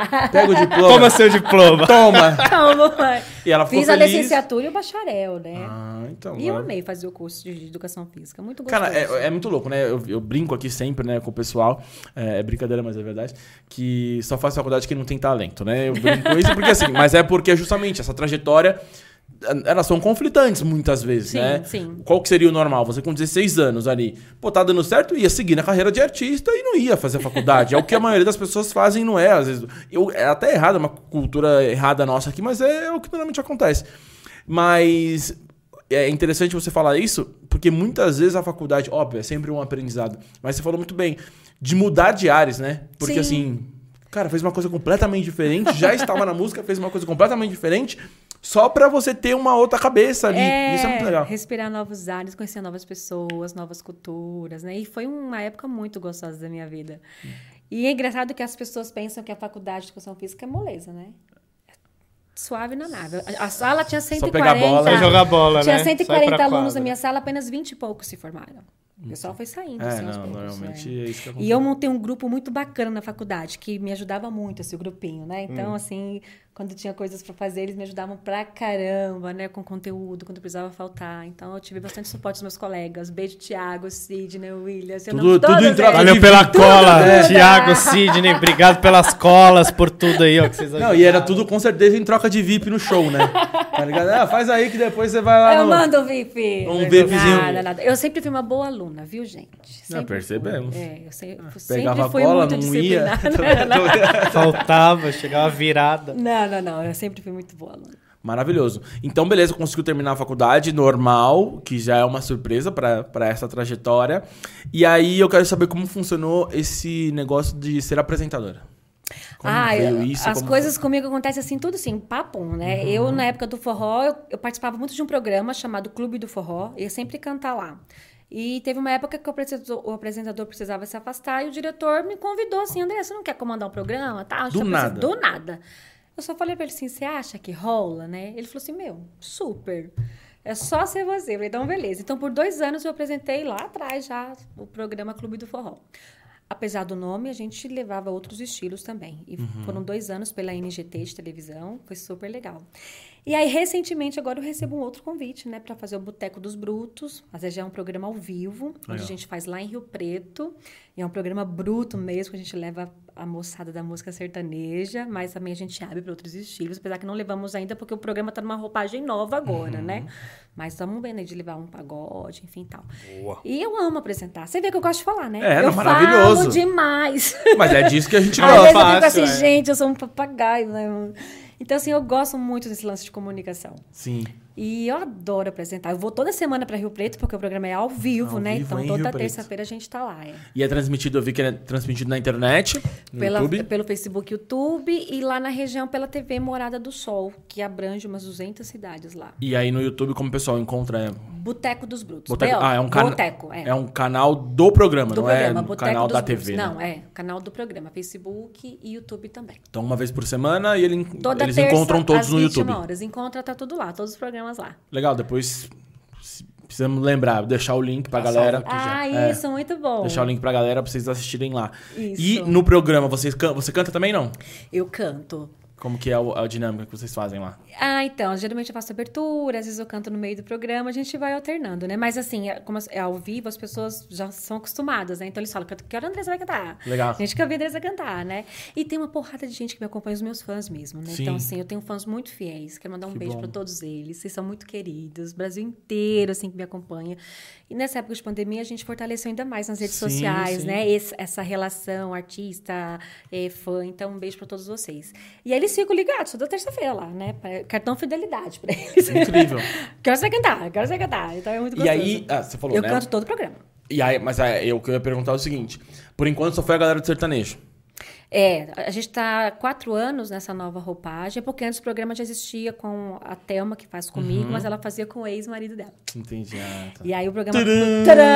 Speaker 2: querida.
Speaker 1: Pega o diploma.
Speaker 3: Toma seu diploma.
Speaker 1: Toma!
Speaker 2: Calma, mãe.
Speaker 1: E ela ficou
Speaker 2: Fiz a
Speaker 1: feliz.
Speaker 2: licenciatura e o bacharel, né?
Speaker 1: Ah, então.
Speaker 2: e eu
Speaker 1: né?
Speaker 2: amei fazer o curso de educação física. Muito gostoso.
Speaker 1: Cara, é, é muito louco, né? Eu, eu brinco aqui sempre, né, com o pessoal. É, é brincadeira, mas é verdade. Que só faz faculdade quem não tem talento, né? Eu brinco isso porque assim, mas é porque justamente essa trajetória. eh, Elas são conflitantes muitas vezes,
Speaker 2: Sim,
Speaker 1: né?
Speaker 2: sim.
Speaker 1: Qual que seria o normal? Você com 16 anos ali, pô, tá dando certo, ia seguir na carreira de artista e não ia fazer faculdade. é o que a maioria das pessoas fazem, não é? Às vezes, eu, é até errado, é uma cultura errada nossa aqui, mas é o que normalmente acontece. Mas é interessante você falar isso, porque muitas vezes a faculdade, óbvio, é sempre um aprendizado. Mas você falou muito bem, de mudar de áreas, né? Porque
Speaker 2: Sim.
Speaker 1: assim, cara, fez uma coisa completamente diferente, já estava na música, fez uma coisa completamente diferente, só pra você ter uma outra cabeça ali. Isso é muito legal.
Speaker 2: Respirar novos ares, conhecer novas pessoas, novas culturas, né? E foi uma época muito gostosa da minha vida. E é engraçado que as pessoas pensam que a faculdade de educação física é moleza, né? É Suave na nave. A- A sala tinha
Speaker 1: Só
Speaker 2: 140.
Speaker 1: pegar a bola e
Speaker 3: Vai jogar bola,
Speaker 2: Tinha
Speaker 3: né? Sai
Speaker 2: 140
Speaker 3: pra
Speaker 2: alunos
Speaker 3: quadra.
Speaker 2: na minha sala, apenas 20 e poucos se formaram. O pessoal foi saindo,
Speaker 1: É,
Speaker 2: assim, aos
Speaker 1: não,
Speaker 2: poucos,
Speaker 1: normalmente
Speaker 2: né?
Speaker 1: é isso que acontece.
Speaker 2: E eu montei um grupo muito bacana na faculdade, que me ajudava muito, esse grupinho, né?
Speaker 3: Hum.
Speaker 2: Então, assim, quando tinha coisas pra fazer, eles me ajudavam pra caramba, né? Com conteúdo, quando precisava faltar. Então, eu tive bastante suporte dos meus colegas. Beijo, Thiago, Sidney, William. assim, eu não-
Speaker 1: Tudo- tudo
Speaker 2: todos
Speaker 1: em trabalho.
Speaker 2: eles.
Speaker 1: Valeu
Speaker 3: Valeu pela cola,
Speaker 2: né?
Speaker 3: Tiago, Sidney. Obrigado pelas colas, por tudo aí, ó. Que vocês
Speaker 1: Não, e era tudo com certeza em troca de VIP no show, né? Tá ligado? Ah, faz aí que depois você vai lá
Speaker 2: Eu
Speaker 1: no...
Speaker 2: mando o VIP.
Speaker 1: Um VIPzinho.
Speaker 2: Nada, nada. Eu sempre fui uma boa aluna, viu, gente? Sempre
Speaker 1: percebemos. Ah.
Speaker 2: fui. É, eu se- eu sempre
Speaker 1: Pegava a
Speaker 2: fui
Speaker 1: bola,
Speaker 2: muito
Speaker 1: não ia.
Speaker 2: disciplinada.
Speaker 3: Faltava, chegava virada.
Speaker 2: Não, não, não. Eu sempre fui muito boa aluna.
Speaker 1: Maravilhoso. Então, beleza, conseguiu terminar a faculdade, normal, que já é uma surpresa pra pra essa trajetória. E aí eu quero saber como funcionou esse negócio de ser apresentadora. Como
Speaker 2: ah,
Speaker 1: veio
Speaker 2: eu-
Speaker 1: isso,
Speaker 2: as
Speaker 1: como Uhum.
Speaker 2: coisas comigo acontecem assim, tudo assim, papum, né? Eu, na época do forró, eu, eu participava muito de um programa chamado Clube do Forró, e eu sempre cantar lá. E teve uma época que o apresentador, o apresentador precisava se afastar e o diretor me convidou assim, André, você não quer comandar um programa? Tá,
Speaker 1: Do
Speaker 2: Eu falei
Speaker 1: nada.
Speaker 2: assim, Do nada. Eu só falei pra ele assim, você acha que rola, né? Ele falou assim, meu, super. É só ser você. Eu falei, então beleza. Então, por dois anos eu apresentei lá atrás já o programa Clube do Forró. Apesar do nome, a gente levava outros estilos também. E foram dois anos pela NGT de televisão, foi super legal. E aí, recentemente, agora eu recebo um outro convite, né, para fazer o Boteco dos Brutos. Mas é já é um programa ao vivo, onde
Speaker 1: Legal.
Speaker 2: a gente faz lá em Rio Preto. E é um programa bruto mesmo, que a gente leva a moçada da música sertaneja, mas também a gente abre para outros estilos, apesar que não levamos ainda, porque o programa tá numa roupagem nova agora, né?
Speaker 1: Uhum.
Speaker 2: Mas estamos vendo aí de levar um pagode, enfim tal.
Speaker 3: Boa.
Speaker 2: E eu amo apresentar. Você vê que eu gosto de falar, né?
Speaker 1: É,
Speaker 2: eu
Speaker 1: não, maravilhoso.
Speaker 2: falo demais.
Speaker 1: Mas é disso que a gente
Speaker 3: Ah,
Speaker 2: Às
Speaker 1: gosta.
Speaker 2: vezes eu
Speaker 3: fácil,
Speaker 2: fico assim,
Speaker 3: é.
Speaker 2: gente, eu sou um papagaio, né? Então, assim, eu gosto muito desse lance de comunicação.
Speaker 1: Sim.
Speaker 2: E eu adoro apresentar. Eu vou toda semana para Rio Preto, porque o programa é ao vivo,
Speaker 1: Ao
Speaker 2: né?
Speaker 1: vivo em
Speaker 2: então,
Speaker 1: Rio
Speaker 2: toda
Speaker 1: Preto.
Speaker 2: terça-feira a gente tá lá. É.
Speaker 1: E é transmitido, eu vi que é transmitido na internet, no
Speaker 2: Pela-
Speaker 1: YouTube.
Speaker 2: Pelo Facebook, YouTube e lá na região pela TV Morada do Sol, que abrange umas 200 cidades lá.
Speaker 1: E aí no YouTube, como o pessoal encontra... É...
Speaker 2: Boteco dos Brutos.
Speaker 1: Boteco...
Speaker 2: B.O.
Speaker 1: Ah, é um canal...
Speaker 2: Boteco, é.
Speaker 1: É um canal do programa,
Speaker 2: do
Speaker 1: não
Speaker 2: programa,
Speaker 1: é um
Speaker 2: Boteco
Speaker 1: canal
Speaker 2: dos
Speaker 1: da
Speaker 2: Brutos.
Speaker 1: TV, né?
Speaker 2: Não, é. Canal do programa, Facebook e YouTube também.
Speaker 1: Então, uma vez por semana e ele-
Speaker 2: Toda
Speaker 1: eles
Speaker 2: terça,
Speaker 1: encontram todos
Speaker 2: às
Speaker 1: no
Speaker 2: 21
Speaker 1: YouTube.
Speaker 2: horas. Encontra, tá tudo lá, todos os programas lá.
Speaker 1: Legal, depois se- precisamos lembrar, deixar o link pra
Speaker 3: Tá
Speaker 1: galera.
Speaker 3: salvo
Speaker 2: Ah,
Speaker 1: É.
Speaker 2: isso, muito bom.
Speaker 1: Deixar o link pra galera pra vocês assistirem lá.
Speaker 2: Isso.
Speaker 1: E no programa, vocês can- você canta também não?
Speaker 2: Eu canto.
Speaker 1: Como que é o- a dinâmica que vocês fazem lá?
Speaker 2: Ah, então, geralmente eu faço abertura, às vezes eu canto no meio do programa, a gente vai alternando, né? Mas assim, é- como é ao vivo, as pessoas já são acostumadas, né? Então eles falam, "Canta- que hora a Andressa vai cantar?
Speaker 1: Legal.
Speaker 2: A gente quer ver a Andressa cantar, né? E tem uma porrada de gente que me acompanha, os meus fãs mesmo, né?
Speaker 1: Sim.
Speaker 2: Então, assim, eu tenho fãs muito fiéis, quero mandar um
Speaker 1: Que
Speaker 2: beijo
Speaker 1: bom.
Speaker 2: pra todos eles, vocês são muito queridos, Brasil inteiro, assim, que me acompanha. E nessa época de pandemia, a gente fortaleceu ainda mais nas redes
Speaker 1: Sim,
Speaker 2: sociais,
Speaker 1: sim.
Speaker 2: né? Esse- essa relação artista, eh, fã. Então, um beijo pra todos vocês. E aí eles ficam ligados toda terça-feira lá, né? Pra- Cartão fidelidade pra eles.
Speaker 1: Incrível.
Speaker 2: Quero você vai cantar, quero você vai cantar. Então é muito
Speaker 1: E
Speaker 2: gostoso.
Speaker 1: aí, ah, você falou,
Speaker 2: eu
Speaker 1: né?
Speaker 2: canto todo o programa.
Speaker 1: E aí, mas é, eu que eu ia perguntar é o seguinte: por enquanto só foi a galera do sertanejo.
Speaker 2: É, a gente tá há quatro anos nessa nova roupagem, porque antes o programa já existia com a Thelma, que faz comigo,
Speaker 1: Uhum.
Speaker 2: mas ela fazia com o ex-marido dela.
Speaker 1: Entendi. Ah, tá.
Speaker 2: E aí o programa.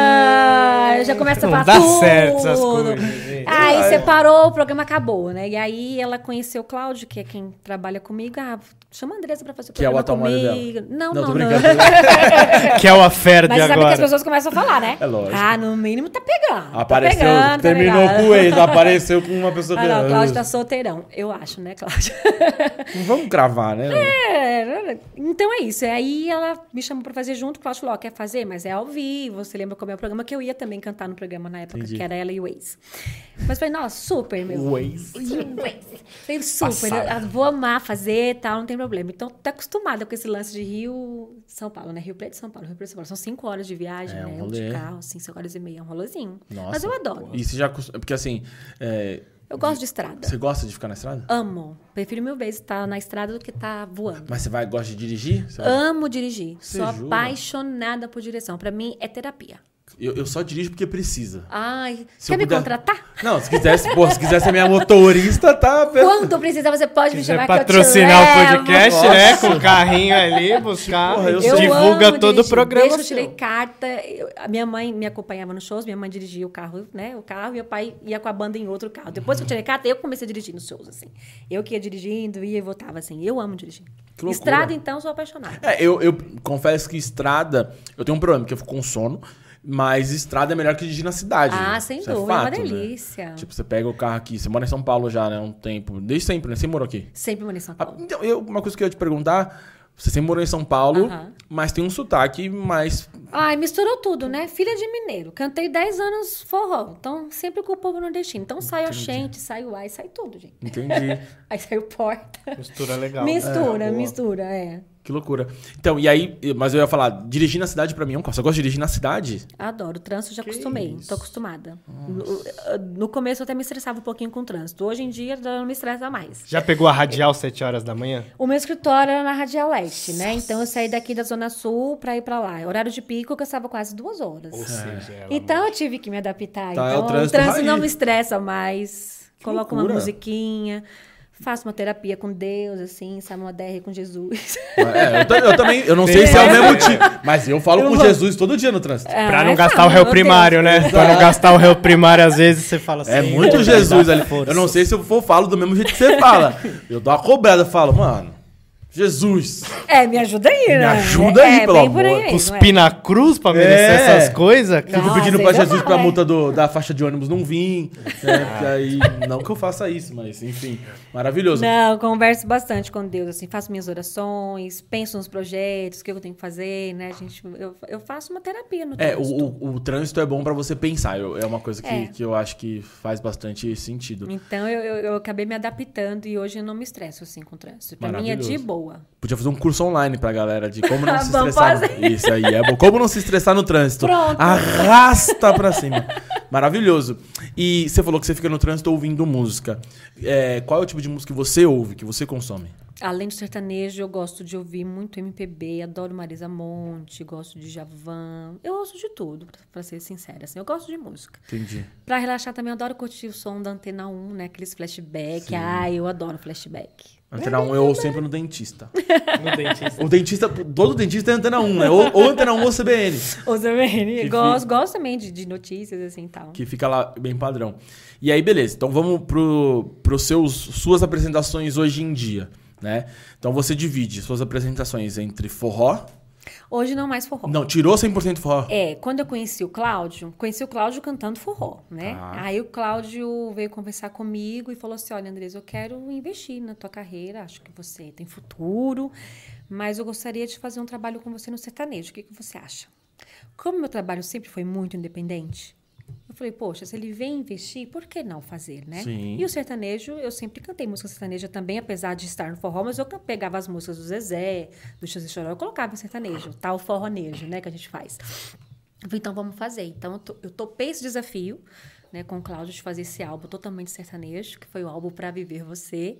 Speaker 2: Tcharam! Já começa a falar
Speaker 3: Não dá
Speaker 2: tudo.
Speaker 3: certo essas coisas, gente.
Speaker 2: Aí separou, o programa acabou, né? E aí ela conheceu o Cláudio, que é quem trabalha comigo. Ah, chama a Andressa pra fazer o
Speaker 1: Que é o
Speaker 2: programa
Speaker 1: atual marido dela.
Speaker 2: comigo. Não,
Speaker 1: Não, tô
Speaker 2: não, não.
Speaker 1: brincando.
Speaker 3: Que é o affair de
Speaker 2: Mas sabe que as
Speaker 3: agora.
Speaker 2: pessoas começam a falar, né?
Speaker 1: É lógico.
Speaker 2: Ah, no mínimo tá pegando.
Speaker 1: Apareceu,
Speaker 2: tá pegando, tá
Speaker 1: terminou
Speaker 2: pegando.
Speaker 1: com o ex, apareceu com uma pessoa
Speaker 2: Ah, não, o
Speaker 1: que.
Speaker 2: Cláudio tá solteirão, eu acho, né, Cláudio?
Speaker 1: Não vamos gravar, né?
Speaker 2: É, então é isso. Aí ela me chamou pra fazer junto. O Cláudio falou: ó, quer fazer? Mas é ao vivo. Você lembra como é o programa? Que eu ia também cantar no programa na época,
Speaker 1: Entendi.
Speaker 2: que era ela e o ex. Mas falei: nossa, super, meu.
Speaker 1: O ex.
Speaker 2: Falei, super. Eu, eu vou amar fazer e tal, não tem problema. Então, tá acostumada com esse lance de Rio, São Paulo, né? Rio Preto, São Paulo, Rio Preto, São Paulo. São cinco horas de viagem,
Speaker 1: É, um
Speaker 2: né?
Speaker 1: rolê.
Speaker 2: De carro, assim, cinco horas e meia, é um rolozinho.
Speaker 1: Nossa,
Speaker 2: Mas eu adoro.
Speaker 1: E você já. cons- Porque assim, é,
Speaker 2: Eu gosto de estrada.
Speaker 1: você gosta de ficar na estrada?
Speaker 2: Amo. Prefiro mil vezes estar na estrada do que estar voando.
Speaker 1: Mas você vai,
Speaker 2: Ah.
Speaker 1: gosta de dirigir? Você vai-
Speaker 2: Amo dirigir.
Speaker 1: Você
Speaker 2: Sou
Speaker 1: jura?
Speaker 2: apaixonada por direção. Pra mim é terapia.
Speaker 1: Eu, eu só dirijo porque precisa.
Speaker 2: Ai,
Speaker 1: Se
Speaker 2: quer
Speaker 1: eu
Speaker 2: me
Speaker 1: puder-
Speaker 2: contratar?
Speaker 1: Não, se quisesse, pô, se quisesse ser minha motorista, tá.
Speaker 2: Quando precisar, você pode me
Speaker 3: Quiser
Speaker 2: chamar
Speaker 3: patrocinar
Speaker 2: que eu te
Speaker 3: o
Speaker 2: levo.
Speaker 3: podcast, né? Com o carrinho ali, buscar.
Speaker 1: Porra, eu
Speaker 2: Eu
Speaker 3: divulga
Speaker 2: amo
Speaker 3: todo
Speaker 2: dirigir.
Speaker 3: o programa.
Speaker 2: Desde que eu tirei
Speaker 3: seu.
Speaker 2: carta, eu- a minha mãe me acompanhava nos shows, minha mãe dirigia o carro, né? O carro, e meu pai ia com a banda em outro carro. Depois que eu tirei carta, eu comecei a dirigir nos shows, assim. Eu que ia dirigindo, ia e voltava, assim. Eu amo dirigir.
Speaker 1: Que loucura.
Speaker 2: Estrada, então, sou apaixonada.
Speaker 1: É, eu, eu confesso que estrada, eu tenho um problema, que eu fico com sono, mas estrada é melhor que dirigir na cidade.
Speaker 2: Ah,
Speaker 1: né?
Speaker 2: sem
Speaker 1: Isso
Speaker 2: dúvida, é uma
Speaker 1: fato, né?
Speaker 2: delícia.
Speaker 1: Tipo, você pega o carro aqui, você mora em São Paulo já, né? Um tempo. Desde sempre, né? Você morou aqui.
Speaker 2: Sempre morei em São
Speaker 1: Ah,
Speaker 2: Paulo.
Speaker 1: Então, eu, uma coisa que eu ia te perguntar: você sempre morou em São Paulo,
Speaker 2: Aham.
Speaker 1: mas tem um sotaque mais.
Speaker 2: Ai, misturou tudo, né? Filha de mineiro. Cantei 10 anos forró. Então, sempre com o povo nordestino. Então, sai a gente, sai o ai, sai tudo, gente.
Speaker 1: Entendi.
Speaker 2: Aí sai o porta.
Speaker 3: Mistura legal.
Speaker 2: mistura,
Speaker 3: É, boa.
Speaker 2: mistura, é.
Speaker 1: que loucura. Então, e aí, mas eu ia falar, dirigir na cidade pra mim é um. Você gosta de dirigir na cidade?
Speaker 2: Adoro. Trânsito já
Speaker 3: Que
Speaker 2: acostumei.
Speaker 3: isso.
Speaker 2: Tô acostumada. No, eh, no começo eu até me estressava um pouquinho com o trânsito. Hoje em dia já não me estressa mais.
Speaker 3: Já pegou a radial 7 horas da manhã?
Speaker 2: O meu escritório era na Radial Leste, né? Então eu saí daqui da Zona Sul pra ir pra lá. Horário de pico eu gastava quase duas horas.
Speaker 3: Ou seja, ela-
Speaker 2: Então eu tive que me adaptar.
Speaker 1: É. Tá, é o
Speaker 2: então, o
Speaker 1: trânsito
Speaker 2: trânsito, não
Speaker 1: raiz.
Speaker 2: me estressa mais. Coloco
Speaker 1: loucura.
Speaker 2: uma musiquinha, faço uma terapia com Deus, assim, sabe, uma DR com Jesus.
Speaker 1: É, eu, ta- eu também. Eu não sei se é o mesmo tipo, mas eu falo com Jesus todo dia no trânsito.
Speaker 3: Pra
Speaker 2: Ah,
Speaker 3: não
Speaker 2: é
Speaker 3: gastar
Speaker 2: fácil,
Speaker 3: o réu
Speaker 2: meu
Speaker 3: primário, né? Pra não gastar o réu primário, às vezes você fala assim.
Speaker 1: É muito
Speaker 3: "Vou
Speaker 1: Jesus
Speaker 3: dar
Speaker 1: ali.
Speaker 3: força."
Speaker 1: Eu não sei se eu for falo do mesmo jeito que você fala. Eu dou uma cobrada, eu falo, mano, Jesus.
Speaker 2: É, me ajuda aí, né?
Speaker 1: Me ajuda aí,
Speaker 2: é,
Speaker 1: pelo
Speaker 2: bem por
Speaker 1: amor.
Speaker 2: aí, não é?
Speaker 3: Cuspir na cruz pra merecer
Speaker 1: É.
Speaker 3: essas coisas, cara.
Speaker 1: Fico
Speaker 2: Não,
Speaker 1: pedindo
Speaker 2: às
Speaker 1: pra
Speaker 2: vezes eu
Speaker 1: Jesus
Speaker 2: falo,
Speaker 1: pra
Speaker 2: é.
Speaker 1: multa do- da faixa de ônibus não vir. né? Porque aí, não que eu faça isso, mas enfim, maravilhoso.
Speaker 2: Não, eu converso bastante com Deus, assim, faço minhas orações, penso nos projetos, o que eu tenho que fazer, né, gente? Eu, eu faço uma terapia no
Speaker 1: É, o,
Speaker 2: trânsito.
Speaker 1: o- o trânsito é bom pra você pensar. eu- é uma coisa que,
Speaker 2: É.
Speaker 1: que eu acho que faz bastante sentido.
Speaker 2: Então eu, eu, eu acabei me adaptando e hoje eu não me estresso assim com o trânsito. Pra mim é de
Speaker 1: Maravilhoso.
Speaker 2: boa.
Speaker 1: Podia fazer um curso online pra galera de como não se
Speaker 2: Vamos
Speaker 1: estressar. no-
Speaker 2: fazer.
Speaker 1: Isso aí, é bom. Como não se estressar no trânsito.
Speaker 2: Pronto.
Speaker 1: Arrasta pra cima. Maravilhoso. E você falou que você fica no trânsito ouvindo música. É, qual é o tipo de música que você ouve, que você consome?
Speaker 2: Além do sertanejo, eu gosto de ouvir muito MPB, adoro Marisa Monte, gosto de Javan. Eu ouço de tudo, pra- pra ser sincera, assim, eu gosto de música.
Speaker 1: Entendi.
Speaker 2: Pra relaxar também, eu adoro curtir o som da Antena 1, né, aqueles flashback. Ah, eu adoro flashback.
Speaker 1: Antena 1 eu ouço sempre no dentista.
Speaker 3: No dentista.
Speaker 1: O dentista, todo dentista é antena 1, né? Ou, ou antena 1 ou CBN.
Speaker 2: Ou também,
Speaker 1: Que
Speaker 2: gosto, gosto também de, de notícias, assim, tal.
Speaker 1: Que fica lá bem padrão. E aí, beleza. Então vamos pro, pro seus, suas apresentações hoje em dia, né? Então você divide suas apresentações entre forró.
Speaker 2: Hoje não mais forró.
Speaker 1: Não, tirou 100% forró.
Speaker 2: É, quando eu conheci o Cláudio, conheci o Cláudio cantando forró, né?
Speaker 1: Tá.
Speaker 2: Aí o Cláudio veio conversar comigo e falou assim: olha, Andres, eu quero investir na tua carreira, acho que você tem futuro, mas eu gostaria de fazer um trabalho com você no sertanejo. O que, que você acha? Como meu trabalho sempre foi muito independente, eu falei, poxa, se ele vem investir, por que não fazer, né?
Speaker 1: Sim.
Speaker 2: E o sertanejo, eu sempre cantei música sertaneja também, apesar de estar no forró, mas eu can- pegava as músicas do Zezé, do Chus e Choró, eu colocava em sertanejo, tal forronejo, né, que a gente faz. Eu falei, então vamos fazer. Então eu, to, eu topei esse desafio, né, com o Cláudio, de fazer esse álbum totalmente sertanejo, que foi o álbum Pra Viver Você.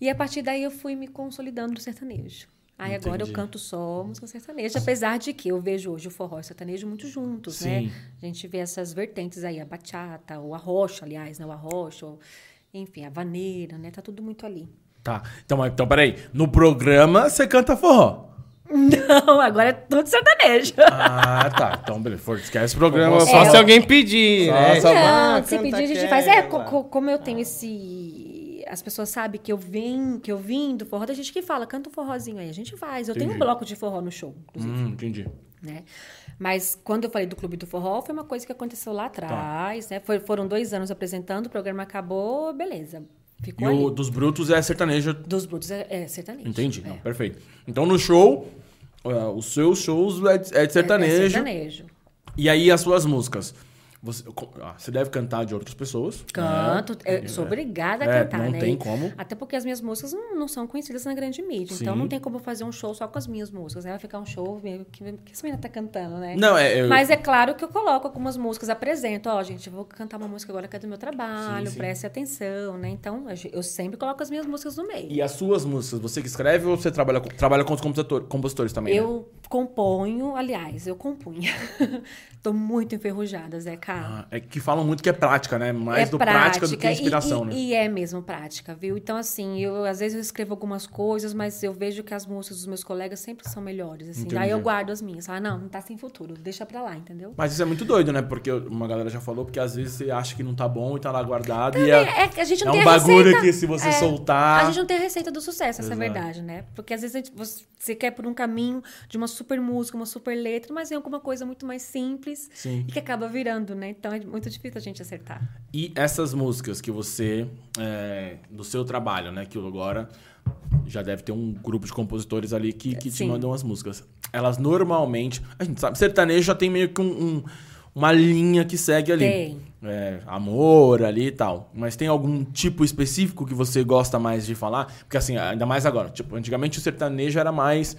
Speaker 2: E a partir daí eu fui me consolidando no sertanejo. Aí agora eu
Speaker 1: Entendi.
Speaker 2: canto só música sertaneja, apesar de que eu vejo hoje o forró e o sertanejo muito juntos,
Speaker 1: Sim.
Speaker 2: né? A gente vê essas vertentes aí, a bachata, o arrocha, aliás, né? O arrocha, o- enfim, a vaneira, né? Tá tudo muito ali.
Speaker 1: Tá. Então, então, peraí. No programa você canta forró.
Speaker 2: Não, agora é tudo sertanejo.
Speaker 1: Ah, tá. Então, beleza. For- Esquece o programa.
Speaker 3: Só
Speaker 1: Só
Speaker 3: se alguém pedir,
Speaker 1: Só-
Speaker 3: né?
Speaker 1: só-
Speaker 2: é. Não, se
Speaker 3: canta
Speaker 2: pedir a gente
Speaker 3: aquela.
Speaker 2: faz. É, co- co- como eu
Speaker 1: Ah.
Speaker 2: tenho esse... As pessoas sabem que eu vim, que eu vim do forró, tem gente que fala, canta um forrozinho aí, a gente faz. Eu tenho um
Speaker 1: Entendi.
Speaker 2: bloco de forró no show, inclusive.
Speaker 1: Hum, entendi.
Speaker 2: né? Mas quando eu falei do Clube do Forró, foi uma coisa que aconteceu lá
Speaker 1: Tá.
Speaker 2: atrás, né? Foi- foram dois anos apresentando, o programa acabou, beleza.
Speaker 1: E
Speaker 2: Ficou ali.
Speaker 1: o dos brutos é sertanejo.
Speaker 2: Dos Brutos é, é sertanejo.
Speaker 1: Entendi. Não,
Speaker 2: É.
Speaker 1: perfeito. Então, no show, ah, os seus shows é de, é de
Speaker 2: É, é
Speaker 1: sertanejo.
Speaker 2: sertanejo.
Speaker 1: E aí, as suas músicas. Você, co- ah, você deve cantar de outras pessoas.
Speaker 2: Canto,
Speaker 1: né?
Speaker 2: eu sou obrigada a
Speaker 1: É,
Speaker 2: cantar,
Speaker 1: não
Speaker 2: né?
Speaker 1: tem
Speaker 2: E-
Speaker 1: como.
Speaker 2: Até porque as minhas músicas não, não são conhecidas na grande mídia. Então
Speaker 1: Sim.
Speaker 2: não tem como eu fazer um show só com as minhas músicas. Aí vai ficar um show meio que, que essa menina tá cantando, né?
Speaker 1: Não, é. eu-
Speaker 2: Mas é claro que eu coloco algumas músicas, apresento, ó, gente, eu vou cantar uma música agora que é do meu trabalho,
Speaker 1: Sim, sim.
Speaker 2: preste atenção, né? Então, a gen- eu sempre coloco as minhas músicas no meio.
Speaker 1: E as suas músicas, você que escreve ou você trabalha com, trabalha com os compositor- compositores também? né?
Speaker 2: Eu Componho, aliás, eu compunha. Tô muito enferrujada, Zé Carlos.
Speaker 1: Ah, é que falam muito que é prática, né? Mais
Speaker 2: é
Speaker 1: do prática,
Speaker 2: prática
Speaker 1: do que inspiração,
Speaker 2: e,
Speaker 1: né?
Speaker 2: e- e é mesmo prática, viu? Então, assim, eu às vezes eu escrevo algumas coisas, mas eu vejo que as músicas dos meus colegas sempre são melhores, assim. Aí eu
Speaker 1: Entendi.
Speaker 2: guardo as minhas. Ah, não, não tá sem futuro, deixa pra lá, entendeu?
Speaker 1: Mas isso é muito doido, né? Porque uma galera já falou, porque às vezes você acha que não tá bom e tá lá guardado. e é,
Speaker 2: É, que a gente não
Speaker 1: é
Speaker 2: tem
Speaker 1: um
Speaker 2: a
Speaker 1: bagulho
Speaker 2: receita.
Speaker 1: que se você
Speaker 2: É.
Speaker 1: soltar.
Speaker 2: A gente não tem a receita do sucesso, essa é a
Speaker 1: Exato.
Speaker 2: verdade, né? Porque às vezes a gente- você você quer por um caminho de uma super música, uma super letra, mas vem alguma coisa muito mais simples
Speaker 1: Sim.
Speaker 2: e que acaba virando, né? Então é muito difícil a gente acertar.
Speaker 1: E essas músicas que você. é, do seu trabalho, né? Que agora já deve ter um grupo de compositores ali que, que te
Speaker 2: Sim.
Speaker 1: mandam as músicas. Elas normalmente. A gente sabe, sertanejo já tem meio que um- um- uma linha que segue ali.
Speaker 2: Tem.
Speaker 1: É, amor ali e tal. Mas tem algum tipo específico que você gosta mais de falar? Porque assim, ainda mais agora. Tipo, antigamente o sertanejo era mais.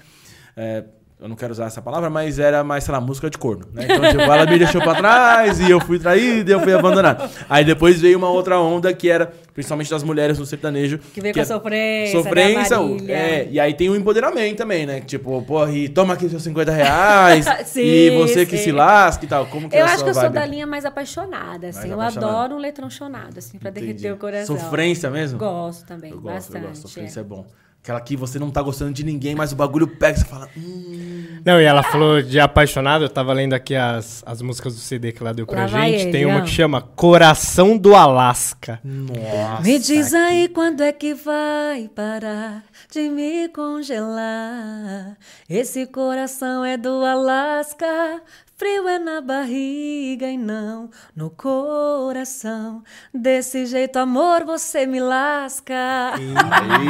Speaker 1: é, eu não quero usar essa palavra, mas era mais, sei lá, música de corno. Né? Então, tipo, ela me deixou pra trás e eu fui traído e eu fui abandonado. Aí depois veio uma outra onda que era, principalmente das mulheres no sertanejo.
Speaker 2: Que veio com a
Speaker 1: é-
Speaker 2: sofrência. né, da
Speaker 1: Sofrência, o-
Speaker 2: Marília.
Speaker 1: é, e aí tem o empoderamento também, né? Tipo, porra, e toma aqui seus 50 reais,
Speaker 2: Sim,
Speaker 1: e você que
Speaker 2: sim.
Speaker 1: se lasca e tal. Como que é
Speaker 2: Eu
Speaker 1: a
Speaker 2: acho
Speaker 1: sua
Speaker 2: que eu sou
Speaker 1: vibe?
Speaker 2: da linha mais apaixonada, assim. eu
Speaker 1: apaixonada.
Speaker 2: adoro um letrão chonado, assim, pra
Speaker 1: Entendi.
Speaker 2: derreter o coração.
Speaker 1: Sofrência mesmo?
Speaker 2: Gosto também,
Speaker 1: Eu gosto, eu
Speaker 2: bastante.
Speaker 1: gosto. Sofrência é.
Speaker 2: é.
Speaker 1: bom. Aquela que você não tá gostando de ninguém, mas o bagulho pega e você fala. Hum,
Speaker 3: Não, e ela falou de apaixonado, eu tava lendo aqui as, as músicas do CD que ela deu pra
Speaker 2: Lá vai
Speaker 3: gente.
Speaker 2: ele,
Speaker 3: Tem uma
Speaker 2: ó.
Speaker 3: que chama Coração do Alasca.
Speaker 1: nossa.
Speaker 2: Me diz aí quando é que vai parar de me congelar. Esse coração é do Alasca, frio é na barriga e não no coração. Desse jeito, amor, você me lasca.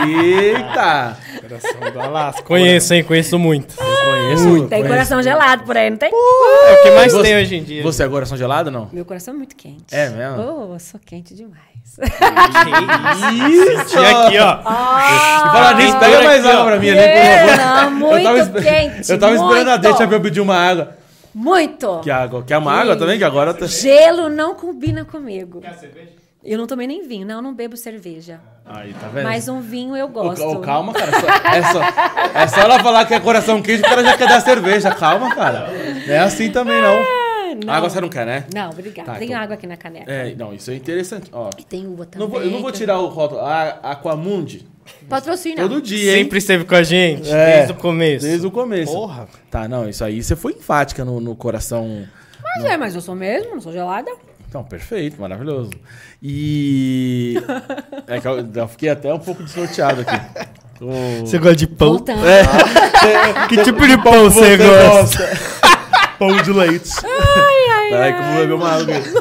Speaker 1: Eita!
Speaker 3: Coração do Alasca. Conheço, hein? Conheço muito.
Speaker 1: Conheço.
Speaker 2: Tem
Speaker 1: conheço.
Speaker 2: coração gelado por aí, não tem?
Speaker 3: É o que mais
Speaker 1: Você-
Speaker 3: tem hoje em dia.
Speaker 1: Você é coração gelado ou não?
Speaker 2: Meu coração é muito quente.
Speaker 1: É mesmo?
Speaker 2: Oh, eu sou quente demais.
Speaker 1: Isso!
Speaker 3: Tinha aqui, ó.
Speaker 2: Ah,
Speaker 3: Ah,
Speaker 1: E falar nisso, pega
Speaker 3: Aqui,
Speaker 1: mais
Speaker 3: ó.
Speaker 1: água pra mim ali, por favor.
Speaker 2: Não,
Speaker 1: Eu tava
Speaker 2: muito
Speaker 1: esper-
Speaker 2: quente.
Speaker 1: Eu tava esperando a
Speaker 2: muito,
Speaker 1: deixa pra eu pedir uma água.
Speaker 2: Muito.
Speaker 1: Que água? Quer uma água também? Que agora tá.
Speaker 2: Gelo não combina comigo. Eu não tomei nem vinho, não, eu não bebo cerveja.
Speaker 1: Aí, tá vendo?
Speaker 2: Mas um vinho eu
Speaker 1: Ô,
Speaker 2: gosto.
Speaker 1: ô, calma, cara. só- é, só, é só ela falar que é coração quente, o cara já quer dar cerveja. Calma, cara. Não é assim também, não.
Speaker 2: não.
Speaker 1: Água você não quer, né?
Speaker 2: Não, obrigada.
Speaker 1: Tá,
Speaker 2: Tem
Speaker 1: então.
Speaker 2: água aqui na caneca.
Speaker 1: É, não, isso é interessante. Ó,
Speaker 2: E tem uva também.
Speaker 1: não vou- eu não vou
Speaker 2: que-
Speaker 1: tirar o rótulo. A Aquamundi,
Speaker 2: Patrocina.
Speaker 1: todo dia, hein?
Speaker 3: Sempre esteve com a gente,
Speaker 1: É,
Speaker 3: desde o começo.
Speaker 1: Desde o começo.
Speaker 3: Porra.
Speaker 1: Tá, não, isso aí você foi enfática no, no coração.
Speaker 2: Mas é, mas eu sou mesmo, não sou gelada.
Speaker 1: Então, perfeito, maravilhoso. E. É que eu, eu fiquei até um pouco desnorteado aqui. Ô,
Speaker 3: Você gosta de pão?
Speaker 2: Voltando.
Speaker 1: é.
Speaker 3: Que tipo de pão você gosta?
Speaker 1: gosta? Pão de leite.
Speaker 2: Ai, ai,
Speaker 1: Peraí, que eu
Speaker 2: ai.
Speaker 1: vou beber uma água. aqui.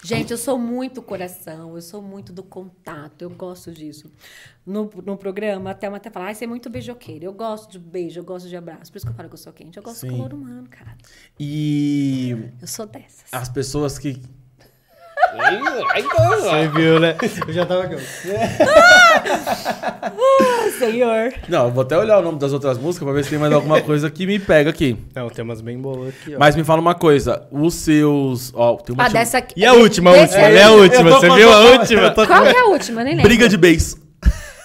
Speaker 2: Gente, eu sou muito coração, eu sou muito do contato, eu gosto disso. No, no programa, até uma até fala, ai, você é muito beijoqueira. Eu gosto de beijo, eu gosto de abraço. Por isso que eu falo que eu sou quente. Eu gosto
Speaker 1: Sim.
Speaker 2: do calor humano, cara.
Speaker 1: E
Speaker 2: Eu sou dessas.
Speaker 1: as pessoas que.
Speaker 3: Você viu, né? Eu já tava aqui.
Speaker 2: senhor.
Speaker 1: Não, eu vou até olhar o nome das outras músicas pra ver se tem mais alguma coisa que me pega aqui.
Speaker 3: Não, tem umas bem boas aqui, ó.
Speaker 1: Mas me fala uma coisa, os seus. Ó, tem uma.
Speaker 2: Ah,
Speaker 1: chama-
Speaker 2: dessa aqui.
Speaker 3: um- E a última, a
Speaker 2: desse-
Speaker 3: última, né? A última,
Speaker 1: Eu tô
Speaker 3: você
Speaker 1: com-
Speaker 3: viu a
Speaker 1: eu tô-
Speaker 3: última?
Speaker 1: eu tô-
Speaker 2: Qual que é a última? Eu Nem lembro.
Speaker 1: Briga de beijo.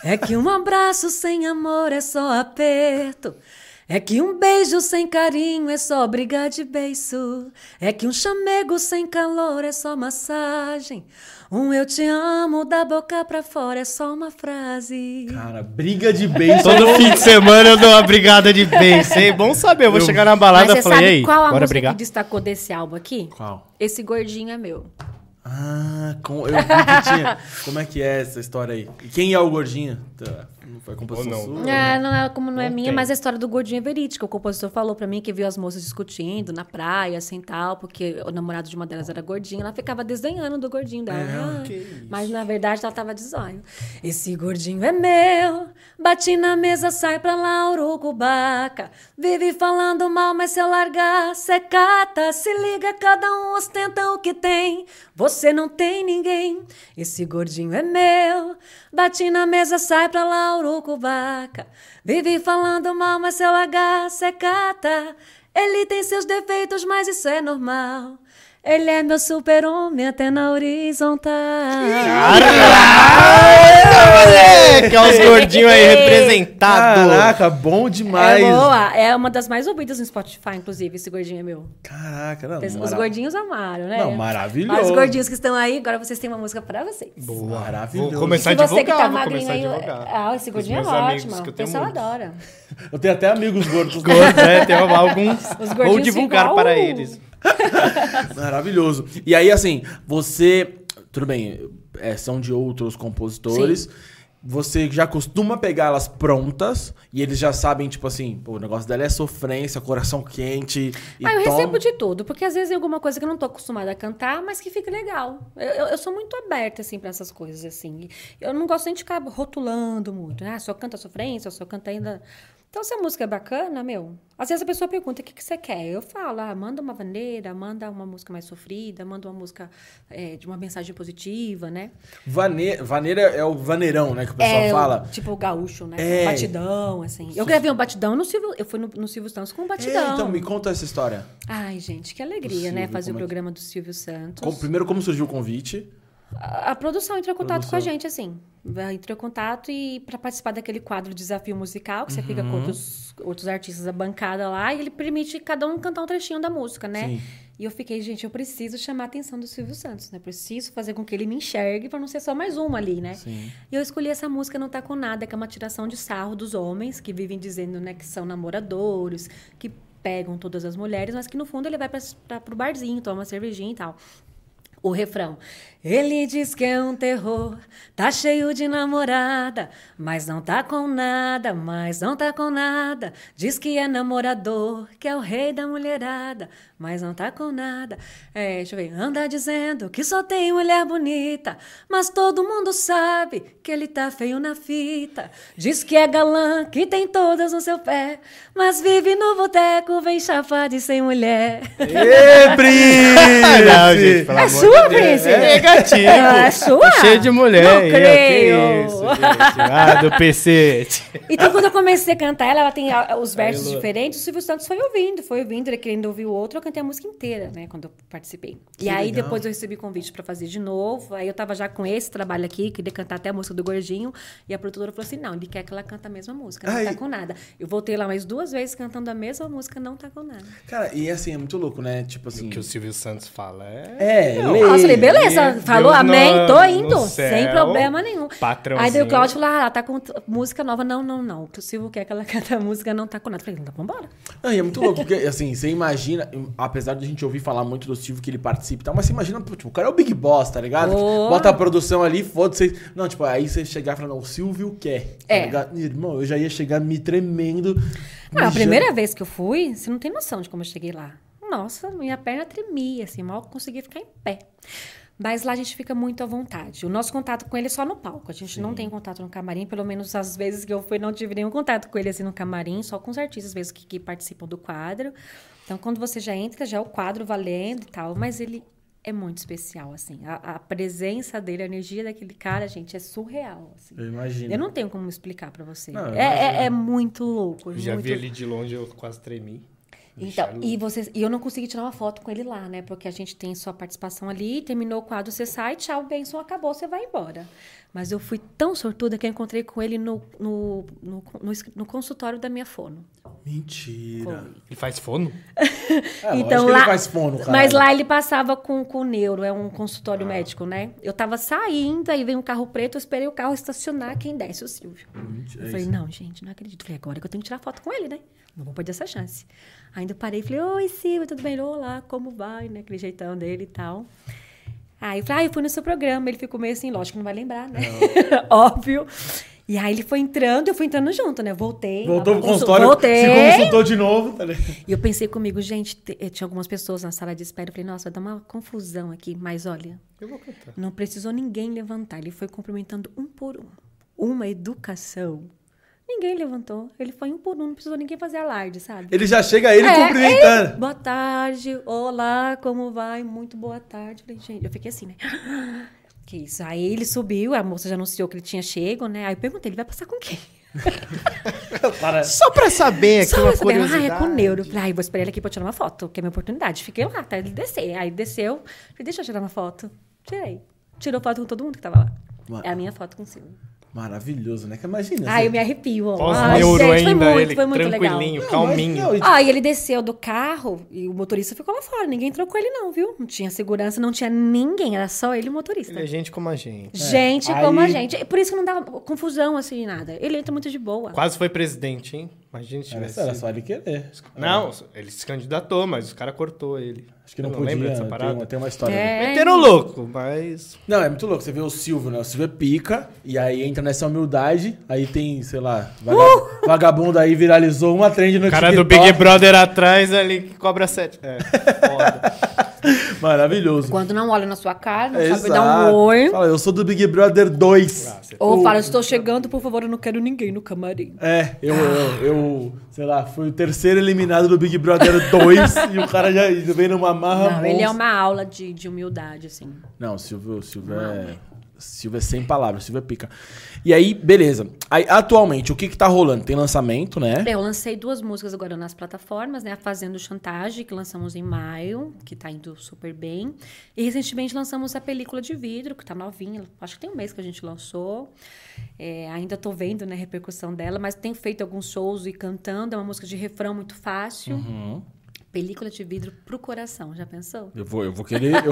Speaker 2: É que um abraço sem amor é só aperto. É que um beijo sem carinho é só brigar de beiço. É que um chamego sem calor é só massagem. Um eu te amo da boca pra fora é só uma frase.
Speaker 1: Cara, briga de beijo.
Speaker 3: Todo fim de semana eu dou uma brigada de beijo. É bom saber, eu vou chegar na balada e
Speaker 2: Mas você
Speaker 3: falei,
Speaker 2: sabe
Speaker 3: "E aí,
Speaker 2: qual a
Speaker 3: bora
Speaker 2: música
Speaker 3: brigar?
Speaker 2: que destacou desse álbum aqui?
Speaker 1: Qual?
Speaker 2: Esse gordinho é meu.
Speaker 1: Ah, com, eu vi que tinha. Como é que é essa história aí? E quem é o gordinho? Tá, Não foi a composição
Speaker 3: Ou não.
Speaker 1: sua?
Speaker 2: É, não é como não, é minha,
Speaker 3: tem.
Speaker 2: mas a história do gordinho é verídica. O compositor falou pra mim que viu as moças discutindo na praia, assim tal, porque o namorado de uma delas era gordinho. Ela ficava desdenhando do gordinho dela. Ah, mas na verdade ela tava de zóio. Esse gordinho é meu, bati na mesa, sai pra lá, urucubaca. Vive falando mal, mas se eu largar, cê cata. Se liga, cada um ostenta o que tem. Você não tem ninguém. Esse gordinho é meu, bati na mesa, sai pra lá, urucubaca. Vive falando mal, mas se eu largar, cê cata. Ele tem seus defeitos, mas isso é normal. Ele é É meu super-homem até na horizontal.
Speaker 3: Caralho, Ah, moleque! Olha os gordinhos aí representados.
Speaker 1: Caraca, bom demais.
Speaker 2: É boa. É uma das mais ouvidas no Spotify, inclusive, esse gordinho é meu.
Speaker 1: Caraca,
Speaker 3: Tá
Speaker 1: não.
Speaker 2: Os
Speaker 1: mara-
Speaker 2: gordinhos amaram, né?
Speaker 1: Não, maravilhoso.
Speaker 2: Mas os gordinhos que estão aí, agora vocês têm uma música pra vocês.
Speaker 3: Boa.
Speaker 1: Maravilhoso.
Speaker 3: Vou começar a
Speaker 2: E você que
Speaker 3: divulgar,
Speaker 2: tá
Speaker 3: vou
Speaker 2: magrinho
Speaker 3: começar a
Speaker 2: aí.
Speaker 3: divulgar.
Speaker 2: Ah, esse
Speaker 3: Os
Speaker 2: gordinho é
Speaker 3: meus amigos,
Speaker 2: ótimo. O
Speaker 3: que eu tenho
Speaker 2: pessoal
Speaker 3: muitos.
Speaker 2: adora.
Speaker 1: Eu tenho até amigos gordos.
Speaker 3: Gordos, é, tem alguns. Vou
Speaker 2: gordinhos
Speaker 3: divulgar
Speaker 2: igual
Speaker 3: para
Speaker 2: o-
Speaker 3: eles.
Speaker 1: Maravilhoso. E aí, assim, você. Tudo bem, é, são de outros compositores. Você já costuma pegar elas prontas e eles já sabem, tipo assim, pô, o negócio dela é sofrência, coração quente. E
Speaker 2: ah, eu
Speaker 1: toma-
Speaker 2: recebo de tudo, porque às vezes é alguma coisa que eu não tô acostumada a cantar, mas que fica legal. Eu, eu- eu sou muito aberta, assim, pra essas coisas, assim. Eu não gosto nem de ficar rotulando muito. Ah, só canta sofrência, só canta ainda... Então, se a música é bacana, meu... Às vezes a pessoa pergunta, o que, que você quer? Eu falo, ah, manda uma bandeira, manda uma música mais sofrida, manda uma música eh, de uma mensagem positiva, né?
Speaker 1: Vane... Vaneira é o vaneirão, né? Que o pessoal
Speaker 2: é, o-
Speaker 1: fala.
Speaker 2: Tipo, gaúcho, né?
Speaker 1: É.
Speaker 2: Batidão, assim. Eu gravei um batidão no Silvio... Eu fui no, no Silvio Santos com um batidão.
Speaker 1: É, então, me conta essa história.
Speaker 2: Ai, gente, que alegria,
Speaker 1: Silvio,
Speaker 2: né? Fazer o
Speaker 1: como é que-
Speaker 2: programa do Silvio Santos.
Speaker 1: Com- Primeiro, como surgiu o convite?
Speaker 2: A, a produção entrou em contato com
Speaker 1: Produção.
Speaker 2: a gente, assim. Vai- Entrou em contato e para participar daquele quadro Desafio Musical, que você fica
Speaker 1: Uhum.
Speaker 2: com outros, outros artistas da bancada lá, e ele permite cada um cantar um trechinho da música, né?
Speaker 1: Sim.
Speaker 2: E eu fiquei, gente, eu preciso chamar a atenção do Silvio Santos, né? Preciso fazer com que ele me enxergue pra não ser só mais uma ali, né?
Speaker 1: Sim.
Speaker 2: E eu escolhi essa música Não Tá Com Nada, que é uma tiração de sarro dos homens que vivem dizendo, né, que são namoradores, que pegam todas as mulheres, mas que no fundo ele vai pra, pra, pro barzinho, toma uma cervejinha e tal. O refrão. Ele diz que é um terror, tá cheio de namorada, mas não tá com nada, mas não tá com nada. Diz que é namorador, que é o rei da mulherada, mas não tá com nada. É, deixa eu ver. Anda dizendo que só tem mulher bonita, mas todo mundo sabe que ele tá feio na fita. Diz que é galã, que tem todas no seu pé, mas vive no boteco, vem chafado e sem mulher.
Speaker 1: Ê, Pri!
Speaker 3: Não, gente, pelo
Speaker 2: É
Speaker 3: amor
Speaker 2: sua,
Speaker 3: de Deus.
Speaker 2: Prince?
Speaker 3: É negativo.
Speaker 2: Ah, é sua?
Speaker 3: Tá cheio de mulher.
Speaker 2: Não
Speaker 3: aí, ó,
Speaker 2: creio.
Speaker 3: Que isso, gente. Ah, do PC.
Speaker 2: Então, quando eu comecei a cantar ela, ela tem a- os versos
Speaker 3: Lu.
Speaker 2: diferentes. O Silvio Santos foi ouvindo, foi ouvindo, ele querendo ouvir o outro. Eu cantei a música inteira, né, quando eu participei. e aí,
Speaker 1: legal.
Speaker 2: depois eu recebi convite pra fazer de novo. Aí eu tava já com esse trabalho aqui, queria cantar até a música do Gordinho. E a produtora falou assim: não, ele quer que ela canta a mesma música, não
Speaker 1: Ai.
Speaker 2: tá com nada. Eu voltei lá mais duas vezes cantando a mesma música, não tá com nada.
Speaker 1: Cara, e assim, é muito louco, né? Tipo assim.
Speaker 3: O que o Silvio Santos fala é...
Speaker 1: É,
Speaker 3: Não,
Speaker 1: lei.
Speaker 2: Nossa, eu falei, beleza,
Speaker 3: Deus
Speaker 2: falou
Speaker 3: no-
Speaker 2: amém, tô
Speaker 3: no
Speaker 2: indo, sem
Speaker 3: céu,
Speaker 2: problema nenhum.
Speaker 3: patrãozinho.
Speaker 2: Aí daí o Cláudio falou, ah, ela tá com t- música nova. Não, não, não, o que o Silvio quer que ela canta a música não tá com nada. Eu falei, então vambora.
Speaker 1: Não, e é muito louco, porque assim, você imagina, apesar de a gente ouvir falar muito do Silvio que ele participa e tal, mas você imagina, pô, tipo, o cara é o Big Boss, tá ligado?
Speaker 2: Oh.
Speaker 1: Bota a produção ali, foda-se. Não, tipo, aí você chegar falando, o Silvio quer. tá
Speaker 2: É.
Speaker 1: ligado? Irmão, eu já ia chegar me tremendo.
Speaker 2: Não, a
Speaker 1: mijando.
Speaker 2: primeira vez que eu fui, você não tem noção de como eu cheguei lá. Nossa, minha perna tremia, assim, mal conseguia ficar em pé. Mas lá a gente fica muito à vontade. O nosso contato com ele é só no palco. A gente não tem contato no camarim, pelo menos as vezes que eu fui, não tive nenhum contato com ele assim no camarim, só com os artistas mesmo que, que participam do quadro. Então, quando você já entra, já é o quadro valendo e tal, mas ele é muito especial, assim. A, a presença dele, a energia daquele cara, gente, é surreal, assim.
Speaker 1: Eu imagino.
Speaker 2: Eu não tenho como explicar pra você.
Speaker 1: Não, eu
Speaker 2: é, é, é muito louco.
Speaker 3: Eu já
Speaker 2: muito
Speaker 3: vi ele de longe, eu quase tremi.
Speaker 2: então, e, vocês, e eu não consegui tirar uma foto com ele lá, né? Porque a gente tem sua participação ali, terminou o quadro, você sai, tchau, benção, acabou, você vai embora. Mas eu fui tão sortuda que eu encontrei com ele no, no, no, no es- no consultório da minha fono.
Speaker 1: Mentira.
Speaker 3: Ele faz fono?
Speaker 1: É, lógico que ele faz fono, caralho.
Speaker 2: Então
Speaker 1: Ah.
Speaker 2: mas lá ele passava com, com o neuro, é um consultório médico, né? Eu tava saindo, aí veio um carro preto, eu esperei o carro estacionar, quem desce? O Silvio.
Speaker 1: Mentira,
Speaker 2: Eu
Speaker 1: é
Speaker 2: falei,
Speaker 1: isso.
Speaker 2: não, gente, não acredito. Falei, agora que eu tenho que tirar foto com ele, né? Não vou perder essa chance. Ainda eu parei e falei, oi, Silvio, tudo bem? Ele, Olá, como vai? Né? Aquele jeitão dele e tal. Aí eu falei, ah, eu fui no seu programa. Ele ficou meio assim, lógico que não vai lembrar, né? Óbvio. E aí ele foi entrando, eu fui entrando junto, né? Voltei.
Speaker 1: Voltou
Speaker 2: lá
Speaker 1: pro
Speaker 2: pra consul-
Speaker 1: consultório, se
Speaker 2: Voltei.
Speaker 1: consultou de novo, tá ligado?
Speaker 2: E eu pensei comigo, gente, te- eh, tinha algumas pessoas na sala de espera. Eu falei, nossa, vai dar uma confusão aqui. Mas olha,
Speaker 3: Eu vou cantar.
Speaker 2: não precisou ninguém levantar. Ele foi cumprimentando um por um. Uma educação. Ninguém levantou. Ele foi um por um, não precisou ninguém fazer alarde, sabe?
Speaker 1: Ele já chega ele
Speaker 2: É,
Speaker 1: cumprimentando.
Speaker 2: é, boa tarde, olá, como vai? Muito boa tarde. Falei, gente, eu fiquei assim, né? Que isso. Aí ele subiu, a moça já anunciou que ele tinha chego, né? Aí eu perguntei, ele vai passar com quem? é
Speaker 1: Para.
Speaker 3: Só pra saber aqui
Speaker 2: Só
Speaker 3: uma
Speaker 2: eu saber, ah, é
Speaker 3: curiosidade.
Speaker 2: com neuro. Eu Falei, ah, eu vou esperar ele aqui pra eu tirar uma foto, que é minha oportunidade. Fiquei lá, até ele descer. Aí ele desceu, falei, deixa eu tirar uma foto. Tirei. Tirou foto com todo mundo que tava lá.
Speaker 1: Ué.
Speaker 2: É a minha foto com o Silvio.
Speaker 1: Maravilhoso, né? Que imagina.
Speaker 2: Ai,
Speaker 1: você-
Speaker 2: eu me arrepio. ó. Ai,
Speaker 3: Pós-neuro
Speaker 2: Ah, gente,
Speaker 3: ainda,
Speaker 2: foi muito,
Speaker 3: ele
Speaker 2: foi muito legal.
Speaker 3: tranquilinho,
Speaker 1: Não,
Speaker 3: calminho.
Speaker 1: mas- não, e-
Speaker 2: Ó, e ele desceu do carro e o motorista ficou lá fora. Ninguém trocou ele, não, viu? Não tinha segurança, não tinha ninguém. Era só ele e o motorista.
Speaker 3: Ele é gente como a gente.
Speaker 2: Gente
Speaker 1: Aí-
Speaker 2: como a gente. Por isso que não dava confusão assim, nada. Ele entra muito de boa.
Speaker 3: Quase foi presidente, hein? Imagina se
Speaker 1: Era,
Speaker 3: tivesse.
Speaker 1: era
Speaker 3: sido.
Speaker 1: só ele querer.
Speaker 3: Não, ele se candidatou, mas os caras cortou ele.
Speaker 1: Acho que não,
Speaker 3: Eu
Speaker 1: podia.
Speaker 3: lembra dessa
Speaker 1: tem
Speaker 3: parada?
Speaker 1: uma- Tem uma história.
Speaker 2: É.
Speaker 3: Meteram louco, mas.
Speaker 1: Não, é muito louco. Você vê o Silvio, né? O Silvio é pica, e aí entra nessa humildade, aí tem, sei lá, vaga-
Speaker 2: Uh!
Speaker 1: vagabundo aí viralizou uma trend no
Speaker 3: O cara é do
Speaker 1: TikTok.
Speaker 3: Big Brother atrás ali que cobra sete. É, foda.
Speaker 1: Maravilhoso.
Speaker 2: Quando não olha na sua cara, não
Speaker 1: Exato.
Speaker 2: sabe dar um oi.
Speaker 1: Fala, eu sou do Big Brother 2.
Speaker 3: Ah, você-
Speaker 2: Ou fala, estou chegando, por favor, eu não quero ninguém no camarim.
Speaker 1: É, eu, eu, eu, sei lá, fui o terceiro eliminado do Big Brother 2 e o cara já veio numa marra.
Speaker 2: Não, ele é
Speaker 1: monstra.
Speaker 2: uma aula de, de humildade, assim.
Speaker 1: Não, o Silvio, o Silvio é. Silvio é sem palavras, o Silvio é pica. E aí, beleza. Aí, atualmente, o que que tá rolando? Tem lançamento, né?
Speaker 2: Bem, eu lancei duas músicas agora nas plataformas, né? A Fazendo Chantagem, que lançamos em maio, que tá indo super bem. E recentemente lançamos a película de vidro, que tá novinha, acho que tem um mês que a gente lançou. É, ainda tô vendo, né, a repercussão dela, mas tenho feito alguns shows e cantando. É uma música de refrão muito fácil.
Speaker 1: Uhum.
Speaker 2: Película de vidro pro coração, já pensou?
Speaker 1: Eu vou, eu vou querer. Eu, eu-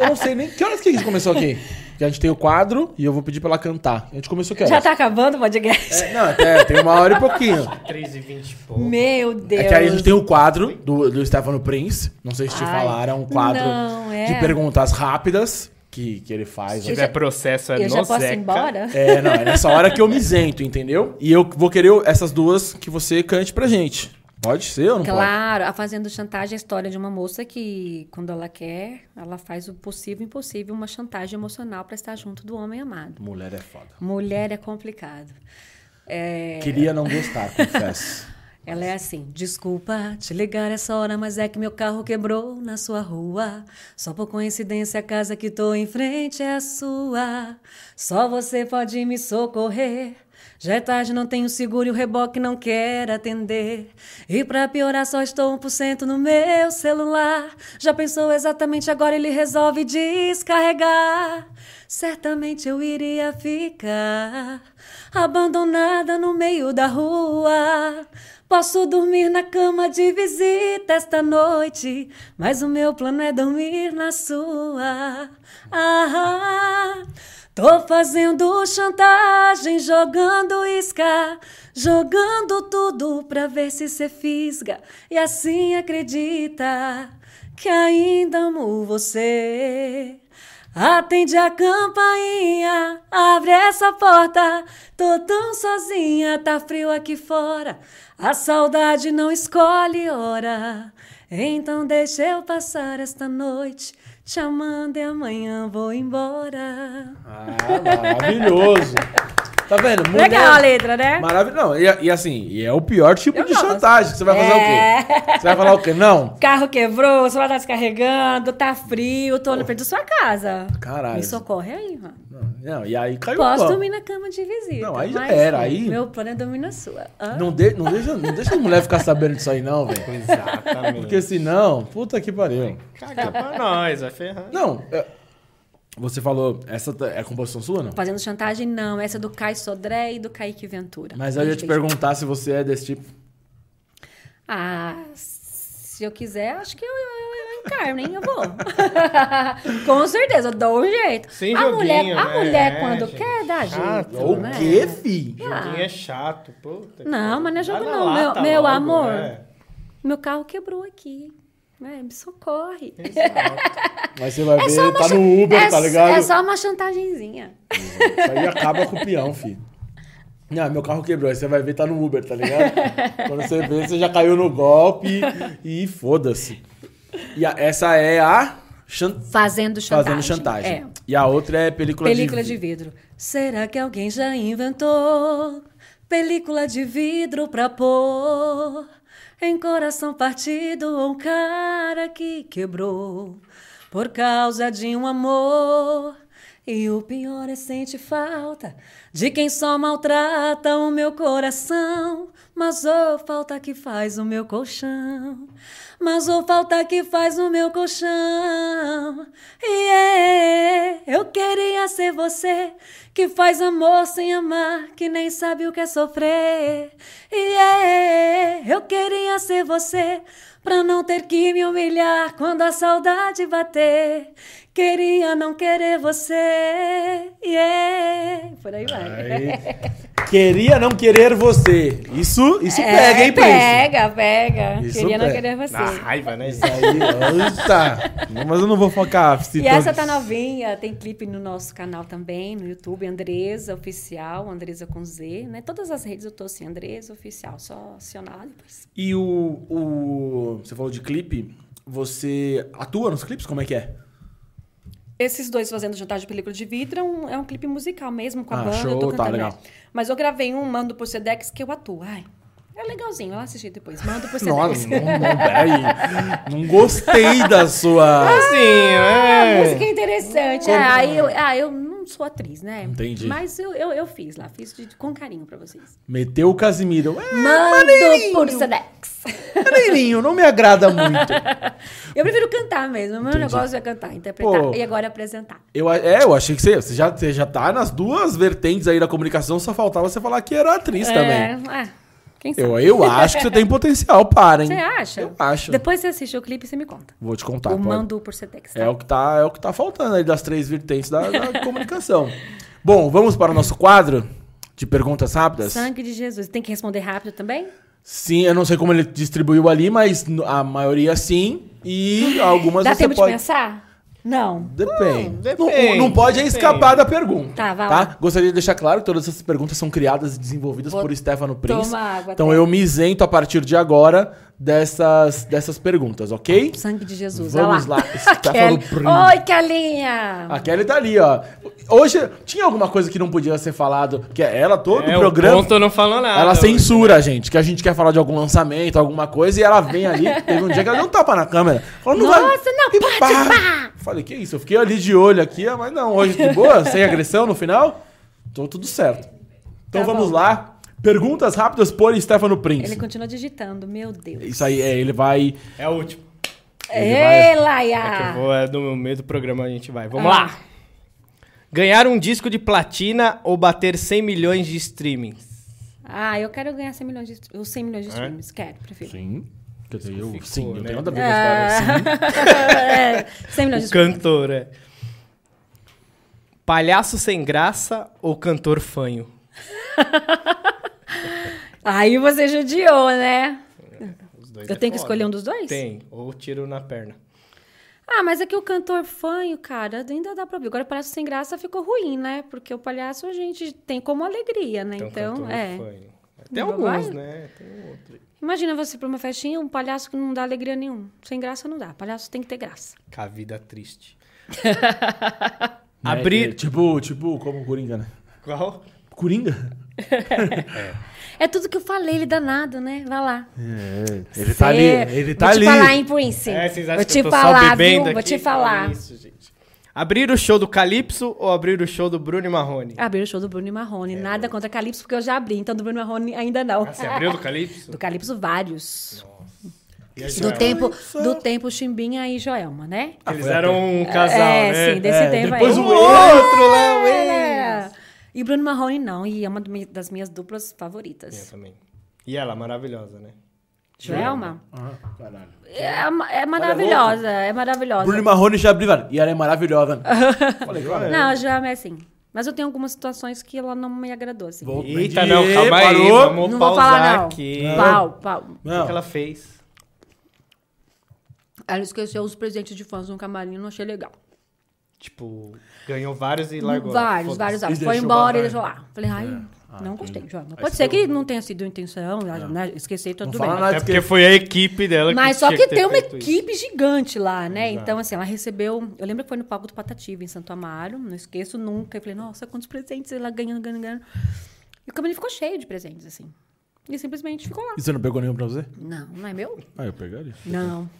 Speaker 1: eu não sei nem que horas que a gente começou aqui. Porque a gente tem o quadro e eu vou pedir pra ela cantar. A gente começou que horas?
Speaker 2: Já tá acabando o podcast?
Speaker 1: É, não, é, tem uma hora e pouquinho.
Speaker 3: 3 e 20 e pouco.
Speaker 2: Meu Deus!
Speaker 1: É que aí a gente tem o quadro do, do Stefano Prince. Não sei se te
Speaker 2: Ai,
Speaker 1: falaram, um quadro
Speaker 2: não, é.
Speaker 1: de perguntas rápidas que, que ele faz.
Speaker 3: Se tiver processo, é
Speaker 2: Eu
Speaker 3: no
Speaker 2: já posso
Speaker 3: Zeca.
Speaker 2: ir embora?
Speaker 1: É, não, é nessa hora que eu me isento, entendeu? E eu vou querer essas duas que você cante pra gente. Pode ser ou não
Speaker 2: Claro, a Fazenda Chantagem é a história de uma moça que, quando ela quer, ela faz o possível e impossível, uma chantagem emocional pra estar junto do homem amado.
Speaker 1: pode? Mulher é foda.
Speaker 2: Mulher é complicado. É,
Speaker 1: Queria não gostar, confesso.
Speaker 2: ela é assim, desculpa te ligar essa hora, mas é que meu carro quebrou na sua rua. Só por coincidência a casa que tô em frente é a sua. Só você pode me socorrer. Já é tarde, não tenho seguro e o reboque não quer atender. E pra piorar, só estou 1% no meu celular. Já pensou exatamente agora, ele resolve descarregar. Certamente eu iria ficar abandonada no meio da rua. Posso dormir na cama de visita esta noite, mas o meu plano é dormir na sua. Ah, tô fazendo chantagem, jogando isca, jogando tudo pra ver se cê fisga e assim acredita que ainda amo você. Atende a campainha, abre essa porta. Tô tão sozinha, tá frio aqui fora. A saudade não escolhe hora. Então deixa eu passar esta noite te amando e amanhã vou embora.
Speaker 1: ah, maravilhoso. Tá vendo? Mulher-
Speaker 2: Legal a letra, né?
Speaker 1: Maravilhoso. Não, e, e assim, e é o pior tipo
Speaker 2: Eu
Speaker 1: de
Speaker 2: gosto.
Speaker 1: chantagem. que Você vai fazer o quê?
Speaker 2: É.
Speaker 1: Você vai falar o quê? Não.
Speaker 2: Carro quebrou, o celular tá descarregando, tá frio, tô no perto da sua casa.
Speaker 1: Caralho.
Speaker 2: Me socorre aí, mano.
Speaker 1: Não, não, e aí caiu
Speaker 2: Posso
Speaker 1: o plano.
Speaker 2: dormir na cama de visita.
Speaker 1: Não, aí já
Speaker 2: mas
Speaker 1: era, aí-
Speaker 2: Meu plano é dormir na sua. Hã?
Speaker 1: Não, de- não deixa, não deixa a mulher ficar sabendo disso aí, não, velho.
Speaker 3: Exatamente.
Speaker 1: Porque senão, puta que pariu.
Speaker 3: Caga pra nós, vai ferrar.
Speaker 1: Não, é- você falou, essa tá- é a composição sua, não?
Speaker 2: Fazendo chantagem, não. Essa é do Caio Sodré e do Kaique Ventura.
Speaker 1: Mas eu ia te
Speaker 2: Beijo.
Speaker 1: perguntar se você é desse tipo.
Speaker 2: Ah, se eu quiser, acho que eu, eu, eu encarno, hein? Eu vou. Com certeza, eu dou um jeito.
Speaker 3: Sem
Speaker 2: a mulher,
Speaker 3: joguinho,
Speaker 2: a
Speaker 3: né?
Speaker 2: mulher
Speaker 3: É,
Speaker 2: quando
Speaker 3: gente,
Speaker 2: quer, dá
Speaker 3: chato,
Speaker 2: jeito.
Speaker 1: Ah, tá O
Speaker 2: né?
Speaker 1: quê, fi?
Speaker 2: Ah.
Speaker 3: Joguinho é chato, puta. que
Speaker 2: Não,
Speaker 3: pariu.
Speaker 2: mas não é jogo
Speaker 3: Vai na
Speaker 2: não, meu-
Speaker 3: lata
Speaker 2: meu
Speaker 3: logo,
Speaker 2: amor.
Speaker 3: né?
Speaker 2: Meu carro quebrou aqui. né? me socorre.
Speaker 3: Exato.
Speaker 1: Mas você vai ver,
Speaker 2: É só uma
Speaker 1: tá
Speaker 2: cha-
Speaker 1: no Uber,
Speaker 2: é-
Speaker 1: tá ligado?
Speaker 2: É só uma chantagenzinha.
Speaker 1: Isso aí acaba com o peão, fi. Não, meu carro quebrou. Aí você vai ver, tá no Uber, tá ligado? Quando você vê, você já caiu no golpe e foda-se. E a- essa é a chan-
Speaker 2: Fazendo chantagem.
Speaker 1: fazendo chantagem.
Speaker 2: É.
Speaker 1: E a outra é película,
Speaker 2: Película
Speaker 1: de...
Speaker 2: de vidro. Será que alguém já inventou película de vidro pra pôr em coração partido ou um cara que quebrou por causa de um amor? E o pior é sentir falta de quem só maltrata o meu coração. Mas ô, falta que faz o meu colchão. Mas ô, falta que faz o meu colchão. Yeah. Eu queria ser você que faz amor sem amar, que nem sabe o que é sofrer. Yeah. Eu queria ser você pra não ter que me humilhar quando a saudade bater. Queria não querer você. Yeah. Por aí vai.
Speaker 1: Aí. Queria não querer você. Isso, isso
Speaker 2: É,
Speaker 1: pega, hein, Prince?
Speaker 2: Pega, pega.
Speaker 1: Isso
Speaker 2: Queria não
Speaker 1: pega.
Speaker 2: querer você.
Speaker 3: Na raiva, né? Isso
Speaker 1: Aí, eita. Não, Mas eu não vou focar.
Speaker 2: E essa tá novinha, tem clipe no nosso canal também, no YouTube, Andresa Oficial, Andresa com Z, né? Todas as redes eu tô assim, Andresa Oficial, só acionar depois.
Speaker 1: E o, o. Você falou de clipe. Você atua nos clipes? Como é que é?
Speaker 2: Esses dois fazendo jantar de película de vidro é um, é um clipe musical mesmo, com a
Speaker 1: Ah,
Speaker 2: banda, eu
Speaker 1: show,
Speaker 2: tô
Speaker 1: tá,
Speaker 2: cantando. né?
Speaker 1: legal.
Speaker 2: Mas eu gravei um, mando por Sedex, que eu atuo. Ai, é legalzinho, eu assisti depois. Mando por Sedex.
Speaker 1: Nossa, não, não, peraí. Não gostei da sua.
Speaker 3: Assim,
Speaker 2: A
Speaker 3: é.
Speaker 2: música é interessante. É, aí eu, ah, eu não sou atriz, né?
Speaker 1: Entendi.
Speaker 2: Mas eu, eu, eu fiz lá, fiz de- com carinho pra vocês.
Speaker 1: Meteu o Casimiro. É,
Speaker 2: Mando por Sedex.
Speaker 1: maneirinho, não me agrada muito.
Speaker 2: Eu prefiro cantar mesmo. O meu
Speaker 1: Entendi.
Speaker 2: negócio é cantar, interpretar
Speaker 1: Pô.
Speaker 2: e agora apresentar.
Speaker 1: Eu, a- é, eu achei que você, você, já, você já tá nas duas vertentes aí da comunicação, só faltava você falar que era atriz também.
Speaker 2: É, é, quem sabe?
Speaker 1: Eu, eu acho que você tem potencial, para, hein?
Speaker 2: Você acha?
Speaker 1: Eu acho.
Speaker 2: Depois você assiste o clipe e você me conta.
Speaker 1: Vou te contar.
Speaker 2: o
Speaker 1: pode-
Speaker 2: mando por Sedex. tá?
Speaker 1: É o que tá, é o que tá faltando aí das três vertentes da, da comunicação. Bom, vamos para o nosso quadro de perguntas rápidas.
Speaker 2: Sangue de Jesus. Tem que responder rápido também?
Speaker 1: Sim, eu não sei como ele distribuiu ali, mas n- a maioria sim e algumas
Speaker 2: Dá
Speaker 1: você
Speaker 2: tempo
Speaker 1: pode
Speaker 2: de pensar? Não.
Speaker 1: Depende.
Speaker 3: Não,
Speaker 1: Não,
Speaker 3: depende,
Speaker 1: não pode é
Speaker 3: depende.
Speaker 1: escapar da pergunta.
Speaker 2: Tá, vai lá.
Speaker 1: Gostaria de deixar claro que todas essas perguntas são criadas e desenvolvidas
Speaker 2: Vou
Speaker 1: por Stefano Prince.
Speaker 2: tomar água
Speaker 1: então
Speaker 2: até.
Speaker 1: eu me isento a partir de agora dessas, dessas perguntas, ok?
Speaker 2: Sangue de Jesus.
Speaker 1: Vamos
Speaker 2: olha
Speaker 1: lá, tá Stefano
Speaker 2: Kelly.
Speaker 1: Prince.
Speaker 2: Oi, Kelinha!
Speaker 1: A Kelly tá ali, ó. Hoje tinha alguma coisa que não podia ser falado, que ela todo
Speaker 3: É,
Speaker 1: o
Speaker 3: o
Speaker 1: programa.
Speaker 3: ponto não falou nada.
Speaker 1: Ela censura a gente, que a gente quer falar de algum lançamento, alguma coisa, e ela vem ali. Teve um dia que ela deu um tapa na câmera. Falou, não vai-
Speaker 2: Nossa, não,
Speaker 1: e
Speaker 2: pode,
Speaker 1: pá.
Speaker 2: pá.
Speaker 1: Falei, que isso? Eu fiquei ali de olho aqui, ah, mas não, hoje de boa, sem agressão no final. Tô tudo certo. Então
Speaker 2: Tá
Speaker 1: vamos
Speaker 2: bom.
Speaker 1: lá. Perguntas rápidas por Stefano
Speaker 2: Ele
Speaker 1: Prince.
Speaker 2: continua digitando, meu Deus.
Speaker 1: Isso aí, é, ele vai.
Speaker 3: É o último.
Speaker 1: Ele vai-
Speaker 2: Ei, Laia!
Speaker 3: É que eu vou, é no meio do programa a gente vai. Vamos
Speaker 2: Ah.
Speaker 3: lá. Ganhar um disco de platina ou bater 100 milhões de streamings?
Speaker 2: Ah, eu quero ganhar 100 milhões de, stre- os 100
Speaker 1: É?
Speaker 2: milhões de streams. Quero, prefiro.
Speaker 1: Sim. Quer dizer, eu,
Speaker 3: Ficou,
Speaker 1: sim, eu
Speaker 3: né?
Speaker 1: tenho nada a ver com a história. Sim.
Speaker 2: Ah. É. 100 milhões de
Speaker 3: O
Speaker 2: streams.
Speaker 3: cantor, é. Palhaço sem graça ou cantor fanho?
Speaker 2: Aí você judiou, né?
Speaker 3: Os dois
Speaker 2: Eu
Speaker 3: é
Speaker 2: tenho que
Speaker 3: foda.
Speaker 2: escolher um dos dois?
Speaker 3: Tem, ou tiro na perna.
Speaker 2: Ah, mas é que o cantor fanho, cara, ainda dá pra ouvir. Agora o palhaço sem graça ficou ruim, né? Porque o palhaço a gente tem como alegria, né?
Speaker 3: Então,
Speaker 2: Então,
Speaker 3: cantor
Speaker 2: é.
Speaker 3: fanho. Tem
Speaker 2: Não
Speaker 3: alguns,
Speaker 2: vai?
Speaker 3: né? Tem outro.
Speaker 2: Imagina você pra uma festinha, um palhaço que não dá alegria nenhuma. Sem graça não dá. Palhaço tem que ter graça.
Speaker 3: Com a vida triste.
Speaker 1: Né?
Speaker 3: Abrir.
Speaker 1: Tipo, tipo, como o Coringa, né?
Speaker 3: Qual?
Speaker 1: Coringa?
Speaker 2: É tudo que eu falei, ele danado, né? Vai lá.
Speaker 1: É, ele tá ali,
Speaker 2: Cê-
Speaker 1: ele tá
Speaker 2: Vou
Speaker 1: ali.
Speaker 2: te falar, hein, Prince?
Speaker 3: É, vocês acham
Speaker 2: vou
Speaker 3: que
Speaker 2: te
Speaker 3: eu tô só
Speaker 2: falar,
Speaker 3: bebendo
Speaker 2: viu? Vou
Speaker 3: aqui?
Speaker 2: te falar.
Speaker 3: Olha isso, gente. Abrir o show do Calypso ou abrir o show do Bruno e Marrone?
Speaker 2: Abrir o show do Bruno e Marrone. Nada contra Calypso, porque eu já abri. Então, do Bruno e Marrone ainda não.
Speaker 3: É, Ah, você abriu do Calypso?
Speaker 2: Do Calypso, vários.
Speaker 1: É,
Speaker 3: E aí,
Speaker 2: Do
Speaker 3: Joel?
Speaker 2: tempo, do tempo Chimbinha e Joelma, né?
Speaker 3: Eles eram um casal,
Speaker 2: é,
Speaker 3: né?
Speaker 2: sim, desse
Speaker 1: É,
Speaker 2: tempo
Speaker 1: depois né?
Speaker 2: aí.
Speaker 1: o
Speaker 3: O outro lá, o ex.
Speaker 2: É. E Bruno Marrone não, e é uma do mi- das minhas duplas
Speaker 3: Eu
Speaker 1: É.
Speaker 2: favoritas.
Speaker 3: também. E ela, maravilhosa, né?
Speaker 2: Joelma?
Speaker 1: Ah, caralho.
Speaker 2: É, ma- é maravilhosa, é maravilhosa.
Speaker 1: Bruno Marrone já abriu, várias. e ela é maravilhosa. Falei, cara,
Speaker 2: Não, a Joelma é assim. Mas eu tenho algumas situações que ela não me agradou, assim.
Speaker 1: Vou-
Speaker 3: Eita,
Speaker 1: Entendi,
Speaker 3: não, calma aí,
Speaker 1: parou.
Speaker 3: vamos
Speaker 2: não vou
Speaker 3: pausar
Speaker 2: falar, não.
Speaker 3: aqui.
Speaker 2: Pau, pau.
Speaker 3: O que
Speaker 1: Não,
Speaker 3: que ela fez?
Speaker 2: Ela esqueceu os presentes de fãs no camarim, não achei legal.
Speaker 3: Tipo, ganhou vários e largou.
Speaker 2: vários,
Speaker 3: Foda-se.
Speaker 2: vários,
Speaker 1: E
Speaker 2: vários. Foi
Speaker 1: deixou
Speaker 2: embora e
Speaker 1: pra
Speaker 2: deixou lá. Falei, ai, não gostei, Joelma. Pode
Speaker 3: se
Speaker 2: ser
Speaker 3: eu-
Speaker 2: que não tenha sido intenção, né? esqueci, tudo
Speaker 1: não
Speaker 2: bem.
Speaker 1: fala nada
Speaker 3: Até
Speaker 1: disso
Speaker 3: É porque foi a equipe dela que
Speaker 2: Mas só
Speaker 3: tinha
Speaker 2: que tem
Speaker 3: ter
Speaker 2: uma
Speaker 3: feito isso.
Speaker 2: equipe gigante lá, né? Então, assim, ela recebeu. Eu lembro que foi no palco do Patativa, em Santo Amaro, não esqueço nunca. Eu falei, nossa, quantos presentes ela ganhando, ganhando, ganhando. E o camarim ficou cheio de presentes, assim. E simplesmente ficou lá.
Speaker 1: E você não pegou nenhum pra você?
Speaker 2: Não, não é meu?
Speaker 1: Ah, eu pegaria.
Speaker 2: Não.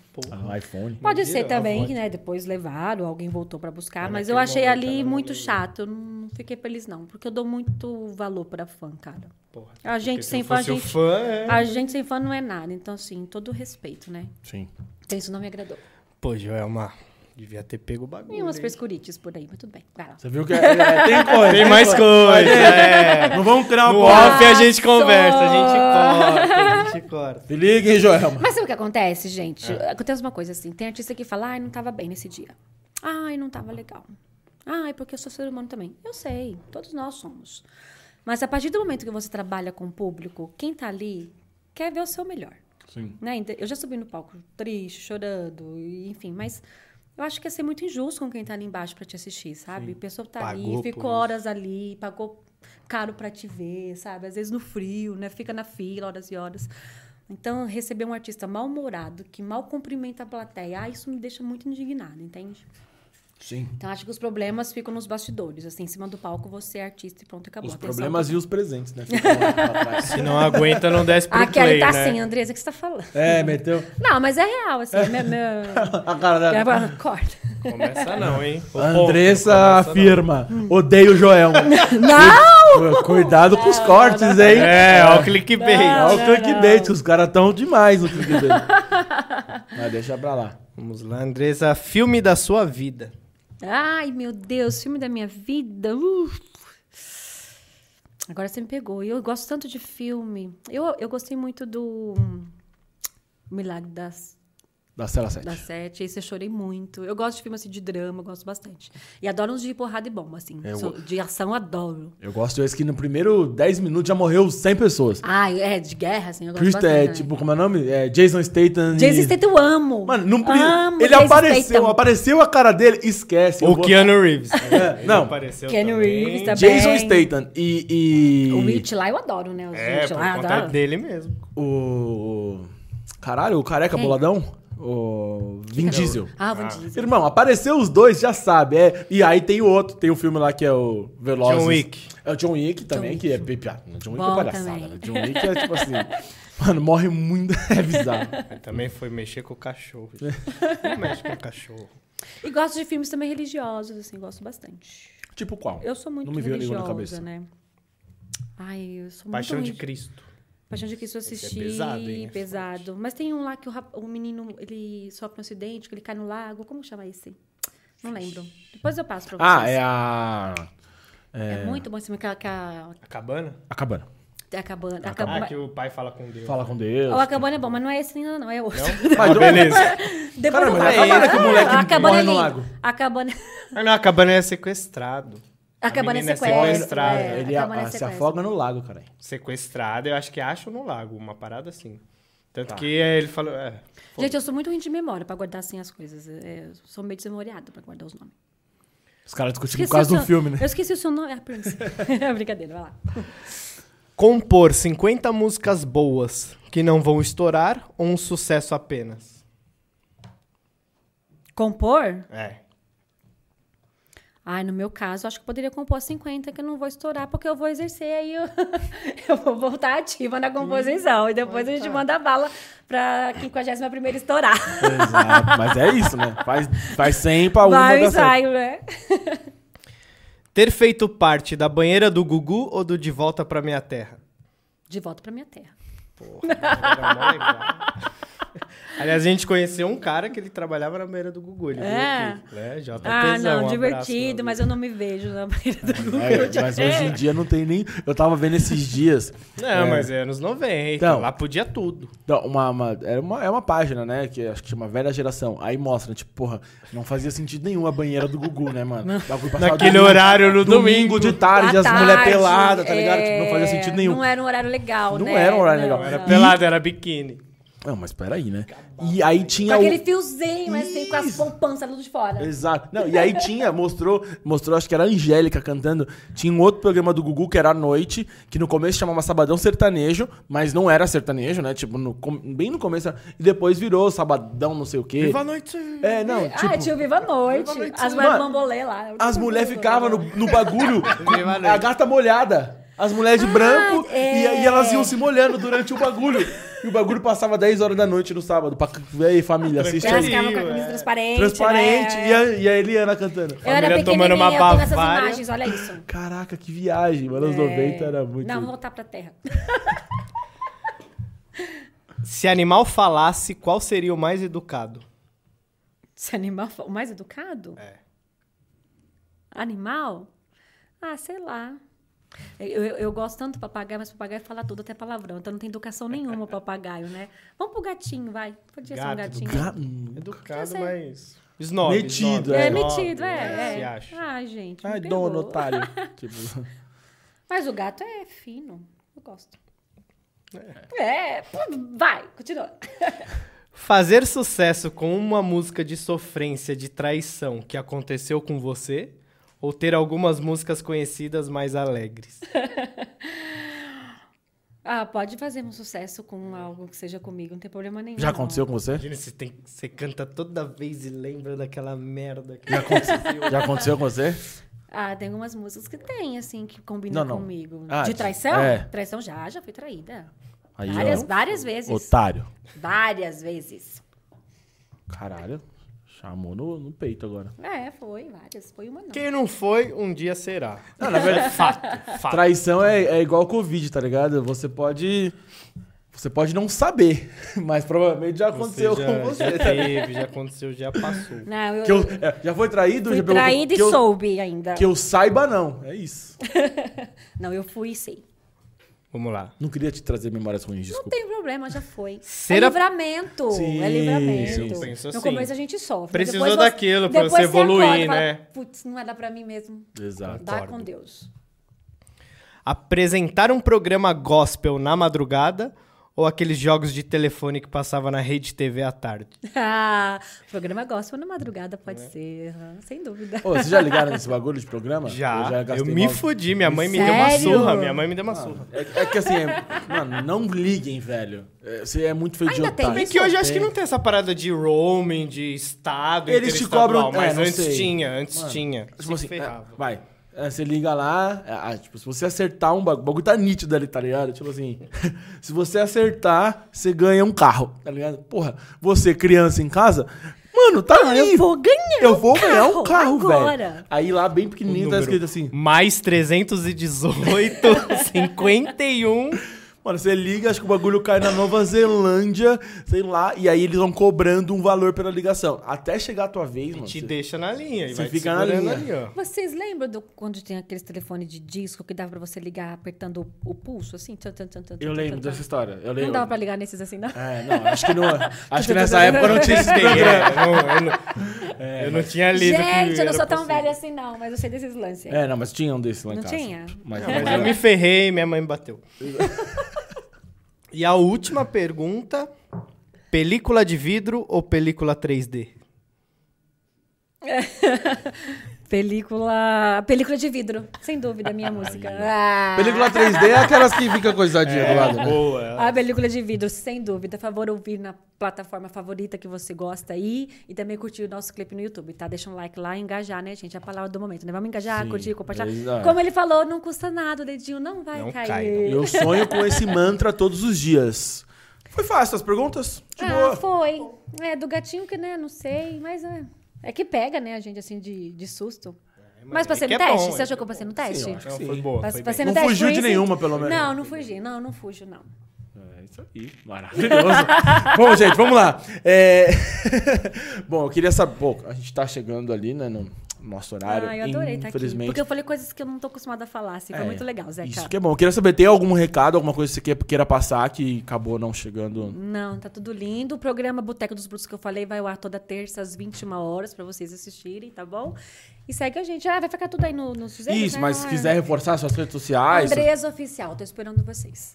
Speaker 1: Ah, iPhone.
Speaker 2: Pode
Speaker 3: Mentira,
Speaker 2: ser também,
Speaker 3: pode.
Speaker 2: que né, depois levaram, alguém voltou pra buscar, mas eu
Speaker 3: naquele
Speaker 2: achei
Speaker 3: momento
Speaker 2: ali
Speaker 3: era
Speaker 2: muito
Speaker 3: meio-
Speaker 2: chato, eu não fiquei feliz não, porque eu dou muito valor pra fã, cara.
Speaker 3: Porra,
Speaker 2: A gente
Speaker 3: se
Speaker 2: sem
Speaker 3: eu
Speaker 2: fã, a
Speaker 3: fosse o
Speaker 2: gente,
Speaker 3: fã, é.
Speaker 2: a gente sem fã não é nada, então assim, todo respeito, né?
Speaker 1: Sim.
Speaker 2: Então isso não me agradou.
Speaker 3: Pô, Joelma, devia ter pego o bagulho.
Speaker 2: E umas
Speaker 3: hein?
Speaker 2: frescurites por aí, mas tudo bem, vai lá.
Speaker 1: Você viu que é, é- tem coisa.
Speaker 3: Tem mais coisa, é.
Speaker 1: Não vamos criar
Speaker 3: No
Speaker 1: uma porra.
Speaker 3: off a gente conversa, a gente
Speaker 2: Nossa!
Speaker 3: corta, a gente corta.
Speaker 1: Se liga, hein, Joelma.
Speaker 2: Mas sabe o que acontece, gente? Acontece uma coisa assim. Tem artista que fala, ai, não tava bem nesse dia. Ai, não tava legal. Ai, porque eu sou ser humano também. Eu sei, todos nós somos. Mas a partir do momento que você trabalha com o público, quem tá ali quer ver o seu melhor.
Speaker 1: Sim.
Speaker 2: Né? Ent- Eu já subi no palco triste, chorando, e- enfim, mas eu acho que ia ser muito injusto com quem tá ali embaixo pra te assistir, sabe? A pessoa tá
Speaker 3: Pagou
Speaker 2: ali, ficou
Speaker 3: por
Speaker 2: horas ali, pagou caro pra te ver, sabe? Às vezes no frio, né? Fica na fila horas e horas. Então, receber um artista mal-humorado, que mal cumprimenta a plateia, ah, isso me deixa muito indignada, entende?
Speaker 1: Sim.
Speaker 2: Então, acho que os problemas ficam nos bastidores, assim, em cima do palco você é artista e pronto, acabou.
Speaker 1: Os
Speaker 2: Atenção.
Speaker 1: problemas e os presentes, né? Ficam lá pra trás.
Speaker 3: Se não aguenta, não desce pro
Speaker 2: Ah, Kelly
Speaker 3: play,
Speaker 2: tá
Speaker 3: né?
Speaker 2: assim, Andresa, o que você tá falando?
Speaker 1: É, meteu
Speaker 2: Não, mas é real, assim, meu- meu-
Speaker 1: a cara da...
Speaker 2: Grava- Corta.
Speaker 3: Começa não, hein? Ô,
Speaker 1: Andressa afirma, odeio Joelma.
Speaker 2: Não!
Speaker 1: Cu- Cuidado com os cortes,
Speaker 3: pô.
Speaker 1: hein?
Speaker 3: É, ó o clickbait.
Speaker 1: Olha o
Speaker 2: não,
Speaker 1: clickbait, os caras tão demais no clickbait. Mas deixa pra lá.
Speaker 3: Vamos lá, Andressa, filme da sua vida.
Speaker 2: Ai, meu Deus, filme da minha vida. uf. Agora você me pegou. Eu gosto tanto de filme. Eu, eu gostei muito do hum, Milagre das,
Speaker 1: Da cela 7.
Speaker 2: das Sete. Esse eu chorei muito. Eu gosto de filme assim, de drama, eu gosto bastante. E adoro uns de porrada e bomba, assim.
Speaker 1: É, Eu-
Speaker 2: Sou- de ação, adoro.
Speaker 1: Eu gosto desse que no primeiro 10 minutos já morreu 100 pessoas.
Speaker 2: Ai, é, de guerra, assim, eu gosto
Speaker 1: Christa
Speaker 2: bastante.
Speaker 1: é, tipo, como é o nome? É Jason Statham. e-
Speaker 2: Jason Statham eu amo.
Speaker 1: Mano, não pre-
Speaker 2: Amo
Speaker 1: Ele
Speaker 2: Jason
Speaker 1: apareceu,
Speaker 2: Statham.
Speaker 1: apareceu a cara dele, esquece. eu
Speaker 3: Ou
Speaker 1: vou-
Speaker 3: Keanu Reeves.
Speaker 1: É,
Speaker 3: Ele
Speaker 1: não.
Speaker 3: apareceu
Speaker 2: Keanu
Speaker 3: também.
Speaker 2: Reeves tá- também.
Speaker 1: Jason Statham e. e...
Speaker 2: O Witch lá eu adoro, né? Os
Speaker 3: É,
Speaker 2: Witch
Speaker 3: por
Speaker 2: lá, eu
Speaker 3: conta
Speaker 2: adoro.
Speaker 3: dele mesmo.
Speaker 1: O. Caralho, o careca
Speaker 2: Quem?
Speaker 1: boladão? O. Vin Diesel.
Speaker 2: Ah, Van Diesel.
Speaker 1: Irmão, apareceu os dois, já sabe. É... E aí tem o outro, tem o filme lá que é o Velozes.
Speaker 3: John Wick.
Speaker 1: É o John Wick também, que é pipiado. John Wick é
Speaker 2: Bom
Speaker 1: palhaçada.
Speaker 2: também.
Speaker 1: Né? John Wick é tipo assim. Mano, morre muito. É bizarro.
Speaker 3: Mas também foi mexer com o cachorro. Não mexe com o cachorro.
Speaker 2: E gosto de filmes também religiosos, assim, gosto bastante.
Speaker 1: Tipo qual?
Speaker 2: Eu sou muito
Speaker 1: Não me veio nenhum
Speaker 2: religiosa,
Speaker 1: na cabeça.
Speaker 2: né? Ai, eu sou
Speaker 3: Paixão
Speaker 2: muito
Speaker 3: de
Speaker 2: religi-
Speaker 3: Cristo.
Speaker 2: Paixão de Cristo eu
Speaker 3: Esse é
Speaker 2: assisti,
Speaker 3: pesado, hein? É
Speaker 2: pesado. Mas tem um lá que o, rap- o menino, ele sofre um acidente, que ele cai no lago, como chama esse? Não lembro. Depois eu passo pra
Speaker 1: Ah,
Speaker 2: vocês.
Speaker 1: é a.
Speaker 2: É muito bom esse filme, que a, que a,
Speaker 3: A cabana?
Speaker 1: A cabana.
Speaker 2: que a cabana... A
Speaker 3: Ah,
Speaker 2: cabana
Speaker 3: que o pai fala com Deus. Ah,
Speaker 1: Fala com Deus.
Speaker 2: Ou a cabana é bom, mas não é esse ainda não, é outro.
Speaker 1: Mas,
Speaker 3: Beleza.
Speaker 2: Depois
Speaker 1: Cara,
Speaker 2: eu
Speaker 1: mas é a
Speaker 2: passo.
Speaker 1: cabana que o moleque
Speaker 2: Ah, a cabana
Speaker 1: morre
Speaker 2: é
Speaker 1: no
Speaker 2: linda.
Speaker 1: lago.
Speaker 2: A cabana...
Speaker 3: Ah, não, a cabana é sequestrado.
Speaker 2: A cabana é
Speaker 3: menina é
Speaker 2: sequestro.
Speaker 3: sequestrada.
Speaker 2: é,
Speaker 1: Ele
Speaker 2: a
Speaker 1: a-
Speaker 2: cabana é
Speaker 1: a- se
Speaker 2: sequestro.
Speaker 1: afoga no lago, cara.
Speaker 3: Sequestrado, eu acho que acho no lago, uma parada assim. Tanto que é, ele falou. É, foda.
Speaker 2: Gente, eu sou muito ruim de memória pra guardar assim as coisas. É, eu sou meio desmemoriada pra guardar os nomes.
Speaker 1: Os caras discutiram
Speaker 2: Esqueci
Speaker 1: por causa
Speaker 2: o
Speaker 1: do
Speaker 2: seu-
Speaker 1: filme, né?
Speaker 2: Eu esqueci o seu nome. Ah, Prince. Brincadeira, vai lá.
Speaker 3: Compor 50 músicas boas que não vão estourar ou um sucesso apenas?
Speaker 2: Compor?
Speaker 3: É.
Speaker 2: Ai, no meu caso, acho que eu poderia compor 50, que eu não vou estourar, porque eu vou exercer aí. Eu, eu vou voltar ativa na composição. e depois a gente manda a bala pra 51 estourar.
Speaker 1: Exato, mas é isso, né? Faz, faz 100 pra uma
Speaker 2: vai o
Speaker 1: dá certo.
Speaker 2: ensaio, né?
Speaker 3: Ter feito parte da banheira do Gugu ou do De Volta pra Minha Terra?
Speaker 2: De volta pra minha terra.
Speaker 3: Porra, era mó legal. Aliás, a gente conheceu um cara que ele trabalhava na banheira do Gugu. Ele
Speaker 2: É.
Speaker 3: veio aqui, né?
Speaker 1: É
Speaker 3: JPzão,
Speaker 2: Ah,
Speaker 3: um
Speaker 2: não,
Speaker 3: abraço,
Speaker 2: divertido,
Speaker 3: meu
Speaker 2: mas eu não me vejo na banheira do Google.
Speaker 1: É, mas hoje em dia não tem nem. Eu tava vendo esses dias.
Speaker 3: Não,
Speaker 1: É.
Speaker 3: mas é anos 90.
Speaker 1: Então.
Speaker 3: lá podia tudo.
Speaker 1: Não, uma, uma- era uma, é uma página, né? Que acho que chama Velha Geração. Aí mostra, tipo, porra, não fazia sentido nenhum a banheira do Gugu, né, mano? Bagulho passava
Speaker 3: Naquele
Speaker 1: domingo-
Speaker 3: horário no domingo.
Speaker 1: Domingo de tarde,
Speaker 2: À
Speaker 1: as mulheres
Speaker 2: tarde,
Speaker 1: peladas, tá ligado?
Speaker 2: é,
Speaker 1: Tipo, não fazia sentido nenhum.
Speaker 2: Não era um horário legal,
Speaker 1: Não
Speaker 2: né?
Speaker 1: era um horário legal,
Speaker 3: Era
Speaker 1: E-
Speaker 3: pelado, era biquíni.
Speaker 1: Não, mas peraí, né? E aí
Speaker 2: é- Com
Speaker 1: tinha.
Speaker 2: aquele
Speaker 1: O...
Speaker 2: fiozinho, assim, com as
Speaker 1: Isso.
Speaker 2: poupanças lá de fora.
Speaker 1: Exato. Não, e aí tinha, mostrou, mostrou, acho que era a Angélica cantando. Tinha um outro programa do Gugu que era à noite, que no começo chamava Sabadão Sertanejo, mas não era sertanejo, né? Tipo, no com- bem no começo. era- E depois virou Sabadão, não sei o quê.
Speaker 3: Viva a noite.
Speaker 1: É, não, tipo.
Speaker 2: ah, tinha o Viva a Noite.
Speaker 1: Viva a Noite,
Speaker 2: as
Speaker 1: sim.
Speaker 2: mulheres
Speaker 1: Mano,
Speaker 2: bambolê lá. é tipo
Speaker 1: As mulheres ficavam no, no bagulho,
Speaker 3: Viva a noite.
Speaker 1: a gata molhada. As mulheres de
Speaker 2: Ah,
Speaker 1: branco e
Speaker 2: é.
Speaker 1: aí elas iam se molhando durante o bagulho. E o bagulho passava 10 horas da noite no sábado. Pra... E aí, família, assiste
Speaker 2: Elas
Speaker 1: aí.
Speaker 3: Tranquilo,
Speaker 2: ficavam com a
Speaker 3: é.
Speaker 2: camisa transparente.
Speaker 1: Transparente.
Speaker 2: né?
Speaker 1: E, a, e a Eliana cantando.
Speaker 2: Eu era
Speaker 3: Família tomando
Speaker 2: pequenininha,
Speaker 3: uma
Speaker 2: eu tô nessas
Speaker 3: Bavária.
Speaker 2: imagens, olha isso.
Speaker 1: Caraca, que viagem. Mano,
Speaker 2: É,
Speaker 1: anos 90 era muito.
Speaker 2: Não, vamos voltar pra terra.
Speaker 3: Se animal falasse, qual seria o mais educado?
Speaker 2: Esse é animal foi o mais educado?
Speaker 3: É.
Speaker 2: Animal? Ah, sei lá. Eu, eu, eu gosto tanto do papagaio, mas papagaio fala tudo, até palavrão. Então não tem educação nenhuma o papagaio, né? Vamos pro gatinho, vai. Podia ser um
Speaker 3: Gato,
Speaker 2: gatinho.
Speaker 1: Ga- hum.
Speaker 3: Educado,
Speaker 2: sei.
Speaker 3: mas. Snob.
Speaker 1: Metido,
Speaker 3: snob,
Speaker 2: É,
Speaker 1: É,
Speaker 2: metido,
Speaker 3: snob,
Speaker 2: é.
Speaker 3: Se
Speaker 2: é.
Speaker 3: acha.
Speaker 2: Ai, gente. me
Speaker 1: Ai,
Speaker 2: pegou.
Speaker 1: dono, otário. Tipo,
Speaker 2: Mas o gato é fino. Eu gosto. É, pô, vai, continua.
Speaker 3: Fazer sucesso com uma música de sofrência, de traição que aconteceu com você? Ou ter algumas músicas conhecidas mais alegres?
Speaker 2: Ah, pode fazer um sucesso com algo que seja comigo, não tem problema nenhum.
Speaker 1: já
Speaker 2: não.
Speaker 1: aconteceu com você?
Speaker 3: Imagina, você, tem, você canta toda vez e lembra daquela merda que
Speaker 1: Já aconteceu, já aconteceu com você?
Speaker 2: Ah, tem algumas músicas que tem, assim, que combinam
Speaker 1: Não, não.
Speaker 2: comigo.
Speaker 1: Ah,
Speaker 2: de
Speaker 1: de-
Speaker 2: traição?
Speaker 1: é.
Speaker 2: Traição já, já fui traída.
Speaker 1: Aí, ó,
Speaker 2: várias, várias vezes.
Speaker 1: Otário.
Speaker 2: Várias vezes.
Speaker 1: Caralho. Chamou no, no peito agora.
Speaker 2: É, foi, várias. Foi uma não.
Speaker 3: Quem não foi, um dia será.
Speaker 1: Não, na verdade-
Speaker 3: fato, fato.
Speaker 1: Traição é, é igual Covid, tá ligado? Você pode. Você pode não saber, mas provavelmente já aconteceu
Speaker 3: já, é
Speaker 1: com você. tá
Speaker 3: Já teve, já aconteceu, já passou.
Speaker 2: Não, eu,
Speaker 1: Que eu, é, já foi traído?
Speaker 2: fui
Speaker 1: já pegou-
Speaker 2: traída e
Speaker 1: que eu,
Speaker 2: soube ainda.
Speaker 1: Que eu saiba, não. É isso.
Speaker 2: Não, eu fui e sei.
Speaker 3: Vamos lá.
Speaker 1: Não queria te trazer memórias ruins,
Speaker 2: Não
Speaker 1: desculpa.
Speaker 2: tem problema, já foi.
Speaker 3: Será-
Speaker 2: É livramento.
Speaker 1: Sim,
Speaker 2: é livramento.
Speaker 3: eu penso
Speaker 2: no
Speaker 3: assim.
Speaker 2: começo a gente sofre.
Speaker 3: Precisou
Speaker 2: depois você-
Speaker 3: daquilo pra
Speaker 2: depois
Speaker 3: você evoluir,
Speaker 2: acorda e fala,
Speaker 3: né?
Speaker 2: Putz, não era pra mim mesmo.
Speaker 1: Exato.
Speaker 2: Dá
Speaker 3: Concordo.
Speaker 2: com Deus.
Speaker 3: Apresentar um programa gospel na madrugada ou aqueles jogos de telefone que passava na rede TV à tarde?
Speaker 2: Ah, programa gospel na madrugada pode
Speaker 3: Né?
Speaker 2: ser, aham, sem dúvida.
Speaker 1: Ô, vocês já ligaram nesse bagulho de programa?
Speaker 3: Já, eu,
Speaker 1: gastei
Speaker 3: me
Speaker 1: mal-
Speaker 3: fudi, minha mãe me deu uma
Speaker 2: Sério?
Speaker 3: surra, minha mãe me deu uma surra.
Speaker 1: É, é que assim, é- mano, não liguem, velho. É, Você é muito feio de
Speaker 2: Ainda tem
Speaker 1: otário.
Speaker 3: É que hoje acho que não tem essa parada de roaming, de estado,
Speaker 1: Eles te
Speaker 3: interestadual,
Speaker 1: cobram- é,
Speaker 3: mas
Speaker 1: não
Speaker 3: antes
Speaker 1: sei.
Speaker 3: tinha, antes
Speaker 1: Mano,
Speaker 3: tinha.
Speaker 1: Tipo assim,
Speaker 3: Se ferrava.
Speaker 1: é, vai. É, você liga lá, é, ah, tipo, se você acertar um bagulho, o bagulho tá nítido ali, tá ligado? Tipo assim, se você acertar, você ganha um carro, tá ligado? Porra, você criança em casa, mano, tá
Speaker 2: Mano,
Speaker 1: ali.
Speaker 2: eu vou ganhar
Speaker 1: Eu
Speaker 2: um
Speaker 1: vou ganhar um carro,
Speaker 2: carro
Speaker 1: velho.
Speaker 2: agora.
Speaker 1: Aí lá, bem pequenininho, tá
Speaker 3: Número
Speaker 1: escrito assim,
Speaker 3: Mais 318, 51.
Speaker 1: Mano, você liga, acho que o bagulho cai na Nova Zelândia, sei lá, e aí eles vão cobrando um valor pela ligação. Até chegar a tua vez, mano.
Speaker 3: Te
Speaker 1: você-
Speaker 3: deixa na linha. e
Speaker 1: Você
Speaker 3: vai te
Speaker 1: fica na
Speaker 3: segurando
Speaker 1: linha.
Speaker 3: ali, ó.
Speaker 2: Vocês lembram do, quando tinha aqueles telefones de disco que dava pra você ligar apertando o, o pulso, assim? Tan, tan, tan, tan,
Speaker 1: Eu
Speaker 2: tan,
Speaker 1: lembro
Speaker 2: tan, tan.
Speaker 1: dessa história. Eu
Speaker 2: Não
Speaker 1: lembro.
Speaker 2: dava pra tá ligar nesses assim, não?
Speaker 1: É, não, acho que não. Acho que nessa época não tinha esse
Speaker 3: Tem,
Speaker 1: programa.
Speaker 3: é, eu não- eu não- eu não tinha lido. que
Speaker 2: Gente, eu
Speaker 3: era
Speaker 2: não sou tão
Speaker 3: possível.
Speaker 2: velha assim, não, mas eu sei desses lances. aí.
Speaker 1: É, não, mas tinha um desse lá em
Speaker 2: Não
Speaker 1: casa.
Speaker 2: tinha?
Speaker 1: Mas,
Speaker 3: Mas
Speaker 2: assim,
Speaker 3: eu
Speaker 2: né?
Speaker 3: me ferrei e minha mãe me bateu. e a última pergunta: película de vidro ou película 3D?
Speaker 2: Película. Película de vidro, sem dúvida, minha música. Ah,
Speaker 1: Película 3D é aquelas que fica coisadinha do lado. né?
Speaker 3: boa.
Speaker 2: A película de vidro, sem dúvida. Favor ouvir na plataforma favorita que você gosta aí. E também curtir o nosso clipe no YouTube, tá? Deixa um like lá e engajar, né, gente? É a palavra do momento, né? Vamos engajar,
Speaker 1: Sim,
Speaker 2: curtir, compartilhar.
Speaker 1: exato.
Speaker 2: Como ele falou, não custa nada, o dedinho não vai
Speaker 3: Não
Speaker 2: cair.
Speaker 3: cai, não.
Speaker 1: Eu sonho com esse mantra todos os dias. Foi fácil as perguntas? De
Speaker 2: Ah,
Speaker 1: boa.
Speaker 2: foi. É, do gatinho que, né, não sei, mas é. É que pega, né, a gente, assim, de, de susto. mas passei no
Speaker 3: que é
Speaker 2: teste?
Speaker 3: bom,
Speaker 2: você
Speaker 3: é
Speaker 2: achou que eu passei no teste?
Speaker 1: eu acho.
Speaker 3: Não,
Speaker 1: Sim.
Speaker 3: foi é boa.
Speaker 2: Passe-
Speaker 3: Foi bem.
Speaker 2: passei
Speaker 1: Não
Speaker 2: no teste,
Speaker 1: fugiu
Speaker 2: foi
Speaker 1: de
Speaker 2: isso?
Speaker 1: nenhuma, pelo menos.
Speaker 2: Não, não fugi, não, não fujo, não.
Speaker 1: É isso aí. Maravilhoso. Bom, gente, vamos lá. É, Bom, eu queria saber. Pô, a gente tá chegando ali, né, no nosso horário.
Speaker 2: Ah, eu adorei estar aqui.
Speaker 1: infelizmente.
Speaker 2: Porque eu falei coisas que eu não tô acostumada a falar, assim. Foi
Speaker 1: É,
Speaker 2: muito legal, Zeca.
Speaker 1: Isso que é bom. Eu queria saber, tem algum recado, alguma coisa que você queira- queira passar que acabou não chegando?
Speaker 2: Não, tá tudo lindo. O programa Boteco dos Brutos que eu falei vai ao ar toda terça às 21 horas pra vocês assistirem, tá bom? E segue a gente. Ah, vai ficar tudo aí no, nos
Speaker 1: Isso, mas
Speaker 2: né?
Speaker 1: se quiser reforçar suas redes sociais.
Speaker 2: Andresa Oficial, tô esperando vocês.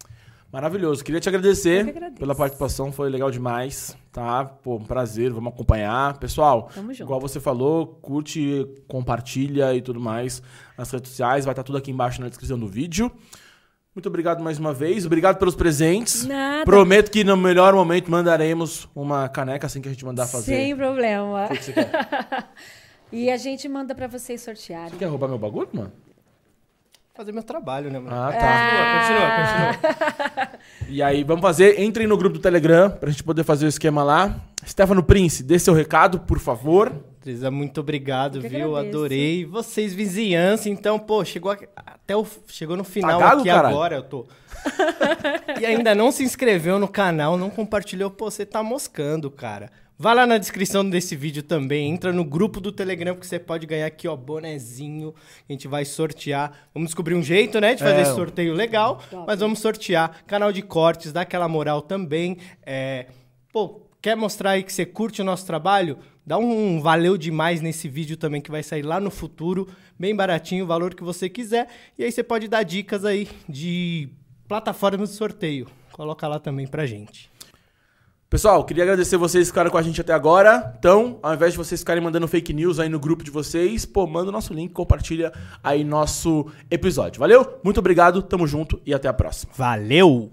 Speaker 1: Maravilhoso. Queria te
Speaker 2: Eu que
Speaker 1: agradecer
Speaker 2: agradeço.
Speaker 1: pela participação, foi legal demais, tá? Pô, um prazer, vamos acompanhar. Pessoal,
Speaker 2: Tamo junto.
Speaker 1: igual você falou, curte, compartilha e tudo mais nas redes sociais, vai estar tudo aqui embaixo na descrição do vídeo. Muito obrigado mais uma vez, obrigado pelos presentes.
Speaker 2: Nada.
Speaker 1: Prometo que no melhor momento mandaremos uma caneca assim que a gente mandar fazer.
Speaker 2: Sem problema.
Speaker 1: Você quer,
Speaker 2: E a gente manda pra vocês sortearem.
Speaker 1: quer roubar meu bagulho, mano?
Speaker 3: fazer meu trabalho, né, mano?
Speaker 1: Ah, tá.
Speaker 4: Continua,
Speaker 2: É.
Speaker 4: continua, continua.
Speaker 1: E aí, vamos fazer. Entrem no grupo do Telegram pra gente poder fazer o esquema lá. Stefano Prince, dê seu recado, por favor.
Speaker 3: Teresa, muito obrigado,
Speaker 2: Eu que
Speaker 3: viu?
Speaker 2: agradeço.
Speaker 3: Adorei. Vocês, vizinhança, então, pô, chegou aqui- até o chegou no final
Speaker 1: Tá galo,
Speaker 3: aqui
Speaker 1: caralho?
Speaker 3: agora, eu tô. e ainda não se inscreveu no canal, não compartilhou, pô, você tá moscando, cara. Vai lá na descrição desse vídeo também, entra no grupo do Telegram que você pode ganhar aqui, ó, bonezinho. A gente vai sortear. Vamos descobrir um jeito, né, de fazer
Speaker 1: É,
Speaker 3: esse sorteio legal, mas vamos sortear. Canal de cortes, dá aquela moral também. É, pô, quer mostrar aí que você curte o nosso trabalho? Dá um valeu demais nesse vídeo também que vai sair lá no futuro, bem baratinho, o valor que você quiser. E aí você pode dar dicas aí de plataformas de sorteio. Coloca lá também pra gente.
Speaker 1: Pessoal, queria agradecer vocês que ficaram com a gente até agora. Então, ao invés de vocês ficarem mandando fake news aí no grupo de vocês, pô, manda o nosso link, compartilha aí nosso episódio. Valeu? Muito obrigado, tamo junto e até a próxima.
Speaker 3: Valeu!